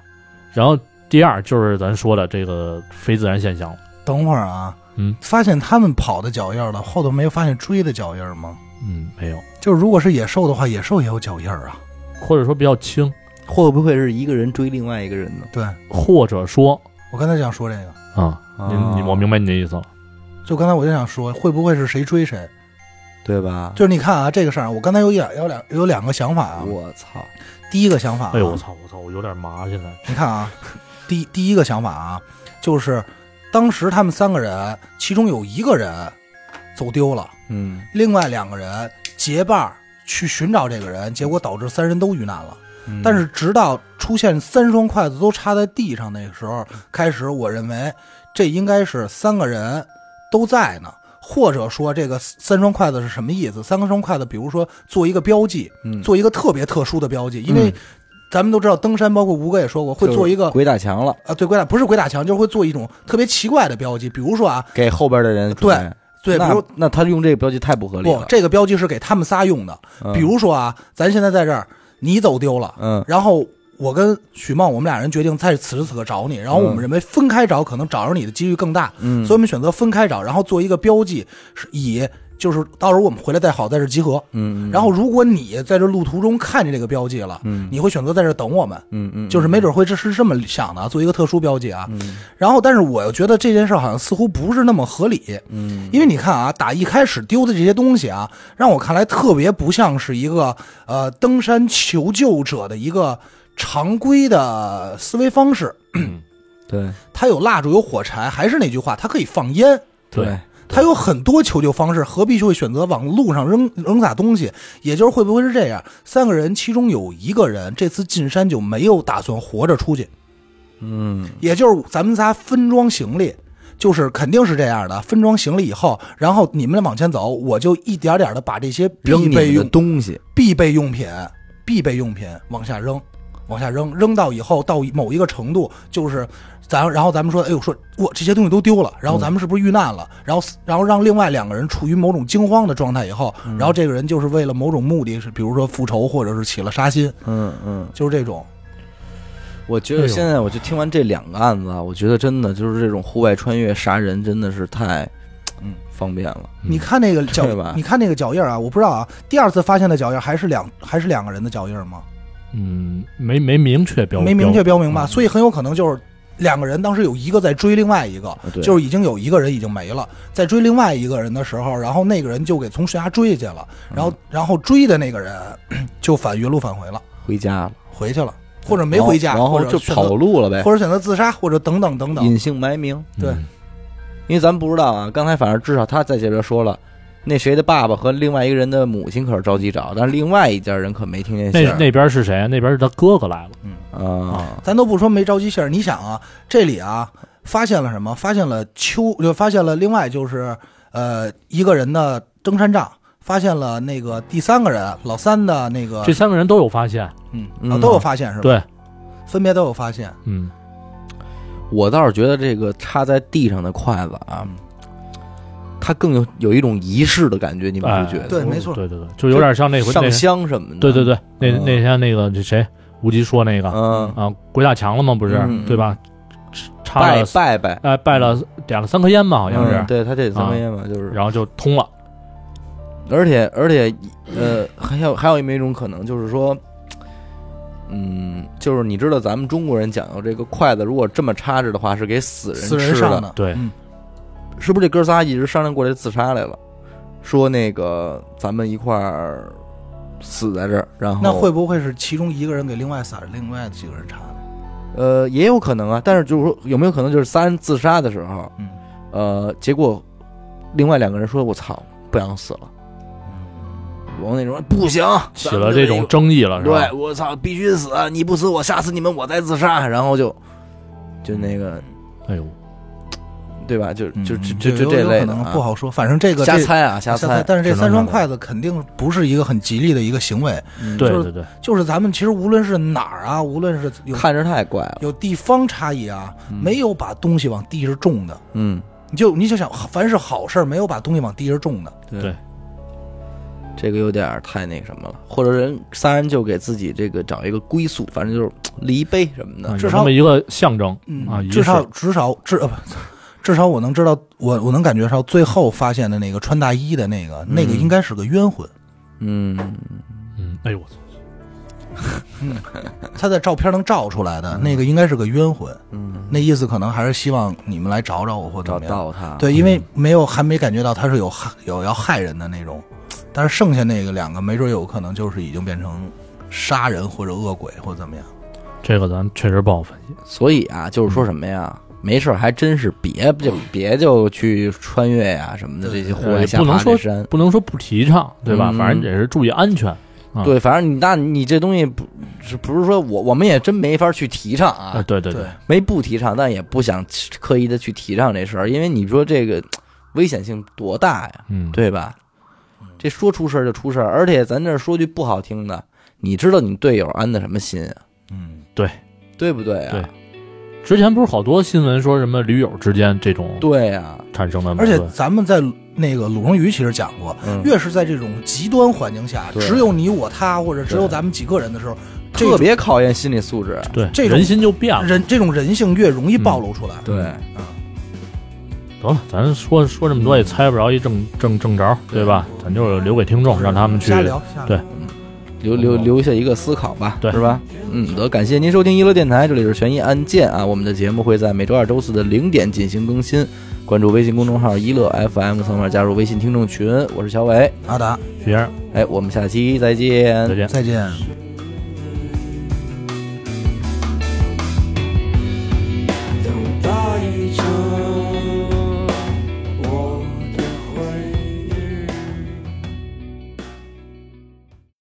S3: 然后第二就是咱说的这个非自然现象了，
S1: 等会儿啊，
S3: 嗯，
S1: 发现他们跑的脚印儿了，后头没有发现追的脚印儿吗？
S3: 嗯，没有，
S1: 就是如果是野兽的话，野兽也有脚印儿啊。
S3: 或者说比较轻，
S2: 会不会是一个人追另外一个人呢？
S1: 对
S3: 或者说
S1: 我刚才想说这个，
S3: 啊，你你我明白你的意思了，
S1: 就刚才我就想说，会不会是谁追谁？
S2: 对吧？
S1: 就是你看啊，这个事儿啊，我刚才有两有两有两个想法啊。
S2: 我操！
S1: 第一个想法、啊，
S3: 哎呦我操我操，我有点麻现在，
S1: 你看啊， 第第一个想法啊，就是当时他们三个人，其中有一个人走丢了，
S2: 嗯，
S1: 另外两个人结伴儿去寻找这个人，结果导致三人都遇难了。
S2: 嗯
S1: 但是直到出现三双筷子都插在地上那个时候，开始我认为这应该是三个人都在呢，或者说这个三双筷子是什么意思？三双筷子，比如说做一个标记，
S2: 嗯
S1: 做一个特别特殊的标记，因为咱们都知道登山，包括吴哥也说过，会做一个
S2: 鬼打墙了，
S1: 啊，对，鬼打不是鬼打墙，就是会做一种特别奇怪的标记，比如说啊，
S2: 给后边的人
S1: 对
S2: 看
S1: 对，比
S2: 那
S1: 如
S2: 那他用这个标记太不合理
S1: 不
S2: 了。
S1: 这个标记是给他们仨用的，
S2: 嗯
S1: 比如说啊，咱现在在这儿，你走丢了，
S2: 嗯
S1: 然后我跟许梦，我们俩人决定在此时此刻找你，然后我们认为分开找可能找着你的几率更大，
S2: 嗯
S1: 所以我们选择分开找，然后做一个标记，是以就是到时候我们回来再好在这集合。
S2: 嗯
S1: 然后如果你在这路途中看见这个标记了，
S2: 嗯
S1: 你会选择在这等我们，
S2: 嗯嗯，
S1: 就是没准会这是这么想的啊，做一个特殊标记啊。
S2: 嗯
S1: 然后，但是我又觉得这件事儿好像似乎不是那么合理，
S2: 嗯
S1: 因为你看啊，打一开始丢的这些东西啊，让我看来特别不像是一个呃登山求救者的一个常规的思维方式。
S2: 对
S1: 它有蜡烛，有火柴，还是那句话，它可以放烟，
S3: 对，
S1: 它有很多求救方式，何必就会选择往路上扔扔洒东西？也就是会不会是这样？三个人其中有一个人这次进山就没有打算活着出去，
S2: 嗯
S1: 也就是咱们仨分装行李，就是肯定是这样的。分装行李以后，然后你们往前走，我就一点点的把这些
S2: 扔
S1: 必
S2: 你
S1: 备
S2: 们的
S1: 用
S2: 东西，
S1: 必备用品、必备用品往下扔，往下扔，扔到以后到某一个程度，就是咱然后咱们说，哎呦，说我这些东西都丢了，然后咱
S2: 嗯
S1: 们是不是遇难了？然后然后让另外两个人处于某种惊慌的状态以后，
S2: 嗯
S1: 然后这个人就是为了某种目的，是比如说复仇，或者是起了杀心，
S2: 嗯嗯。
S1: 就是这种。
S2: 我觉
S3: 哎
S2: 得
S3: 呦
S2: 现在我就听完这两个案子啊，我觉得真的就是这种户外穿越杀人真的是太，嗯，方便了。
S3: 嗯
S1: 你看那个 脚
S2: 对吧，
S1: 你看那个脚印儿啊，我不知道啊。第二次发现的脚印儿还是两还是两个人的脚印儿吗？
S3: 嗯，没没明确标
S1: 没明确标明吧，
S3: 嗯
S1: 所以很有可能就是两个人当时有一个在追另外一个，
S2: 对
S1: 就是已经有一个人已经没了，在追另外一个人的时候，然后那个人就给从悬崖追下去了，然
S2: 嗯
S1: 后然后追的那个人 就返原路返回了，
S2: 回家了，
S1: 回去了，或者没回家，
S2: 然后
S1: 或
S2: 然
S1: 者
S2: 后就
S1: 选择
S2: 跑，路了呗，
S1: 或者选择自杀，或者等等等等。
S2: 隐姓埋名。
S1: 对
S3: 嗯
S2: 因为咱不知道啊，刚才反正至少他在这边说了，那谁的爸爸和另外一个人的母亲可是着急找，但是另外一家人可没听见信
S3: 那
S2: 儿。
S3: 那边是谁？啊那边是他哥哥来了。
S2: 啊，
S1: 咱都不说没着急信儿，你想啊，这里啊发现了什么？发现了秋，就发现了另外就是呃一个人的登山杖，发现了那个第三个人老三的那个
S3: 这三个人都有发现，
S1: 嗯，
S2: 嗯
S1: 啊，都有发现是吧？
S3: 对，
S1: 分别都有发现。
S3: 嗯，
S2: 我倒是觉得这个插在地上的筷子啊，它更有有一种仪式的感觉，你们
S3: 哎
S2: 不觉得？
S1: 对没错
S3: 对对对，就有点像那回那
S2: 上，香什么的。
S3: 对对，对，那
S2: 嗯
S3: 那天那个这谁无极说那个
S2: 嗯，
S3: 啊，鬼打墙了吗？不是
S2: 嗯嗯，
S3: 对吧？插
S2: 拜
S3: 了
S2: 拜拜，
S3: 哎拜了点了三颗烟吧，好像
S2: 嗯
S3: 是，啊
S2: 对他这三根烟嘛，就是
S3: 然后就通了。
S2: 而且而且，呃，还有还有一种可能就是说，嗯，就是你知道咱们中国人讲究这个筷子，如果这么插着的话，是给死人
S1: 死人
S2: 吃
S1: 上
S2: 的，
S1: 的，
S3: 对
S1: 嗯
S2: 是不是？这哥仨一直商量过来自杀来了，说那个咱们一块儿死在这儿，然后哦
S1: 那会不会是其中一个人给另外仨、另外几个人查的？
S2: 呃，也有可能啊，但是就是说，有没有可能就是仨人自杀的时候，
S1: 嗯，
S2: 呃，结果另外两个人说：“我操，不想死了。”我那种不行，
S3: 起了这种争议了，是吧
S2: 对？我操，必须死！啊你不死我，下次你们我再自杀，然后就就那个
S3: 哎呦，
S2: 对吧？就就就
S1: 嗯
S2: 就就
S1: 有
S2: 这
S1: 有
S2: 类
S1: 可
S2: 的
S1: 能
S2: 啊
S1: 不好说，反正这个
S2: 瞎
S1: 这
S2: 猜啊，瞎
S1: 瞎猜
S2: 猜。
S1: 但是这
S3: 只能
S1: 三双
S3: 这么
S1: 筷子肯定不是一个很吉利的一个行为。
S2: 嗯
S3: 对
S1: 就是
S3: 对对，
S1: 就是咱们其实无论是哪儿啊，无论是有
S2: 看着太怪了，
S1: 有地方差异啊，没有把东西往地上种的。
S2: 嗯，
S1: 你就你就想，凡是好事儿，没有把东西往地上种的。
S3: 对，
S2: 嗯这个有点儿太那什么了，或者人仨人就给自己这个找一个归宿，反正就是离悲什么
S3: 啊
S2: 的，
S1: 至
S3: 有
S1: 少
S3: 那么一个象征
S1: 嗯，
S3: 啊，仪
S1: 至
S3: 式
S1: 少至少至呃不， 至少我能知道，我我能感觉到最后发现的那个穿大衣的那个，那个应该是个冤魂。
S2: 嗯，
S3: 嗯，哎呦我操，
S1: 他在照片能照出来的那个应该是个冤魂。嗯，那意思可能还是希望你们来找找我或怎
S2: 找
S1: 么样。
S2: 到他，，
S1: 对，因为没有还没感觉到他是有害有要害人的那种，但是剩下那个两个，没准有可能就是已经变成杀人或者恶鬼或怎么样。
S3: 这个咱确实不好分析。
S2: 所以啊，就是说什么呀？没事儿，还真是别 就别就去穿越呀、什么的这些户
S3: 呃
S2: 外
S3: 也
S2: 下
S3: 不能
S2: 爬
S3: 说
S2: 这山，
S3: 不能说不提倡，对吧？
S2: 嗯
S3: 反正也是注意安全。啊
S2: 对，反正你那你这东西不是不是说我我们也真没法去提倡啊，
S3: 啊，对对
S1: 对，
S2: 没不提倡，但也不想刻意的去提倡这事儿，因为你说这个危险性多大呀，
S3: 嗯，
S2: 对吧？这说出事儿就出事儿，而且咱这儿说句不好听的，你知道你队友安的什么心啊，
S1: 嗯，
S2: 对不对
S3: 对
S2: 啊？
S3: 之前不是好多新闻说什么驴友之间这种
S2: 对啊呀，
S3: 产生的
S1: 嗯
S3: 矛
S1: 而且
S3: 盾，
S1: 咱们在那个鲁荣鱼其实讲过，
S2: 嗯
S1: 越是在这种极端环境下，
S2: 对
S1: 只有你我他或者只有
S2: 对
S1: 咱们几个人的时候，这
S2: 特
S1: 种
S2: 别考验心理素质，
S3: 对
S1: 这种
S3: 人心就变了。
S1: 人这种人性越容易暴露出来。
S3: 嗯
S2: 对。
S3: 得了，咱说说这么多也猜不着一正正正着，对吧？咱就是留给听众，让他们
S1: 嗯
S3: 去
S1: 瞎聊，瞎聊
S3: 对
S2: 留留留下一个思考吧，
S3: 对
S2: 是吧？嗯，得感谢您收听一乐电台，这里是悬疑案件啊，我们的节目会在每周二、周四的零点进行更新。关注微信公众号“一乐 FM”，扫码加入微信听众群。我是小伟，
S1: 阿达，
S3: 学生
S2: 哎，我们下期再见，
S3: 再见。
S1: 再见。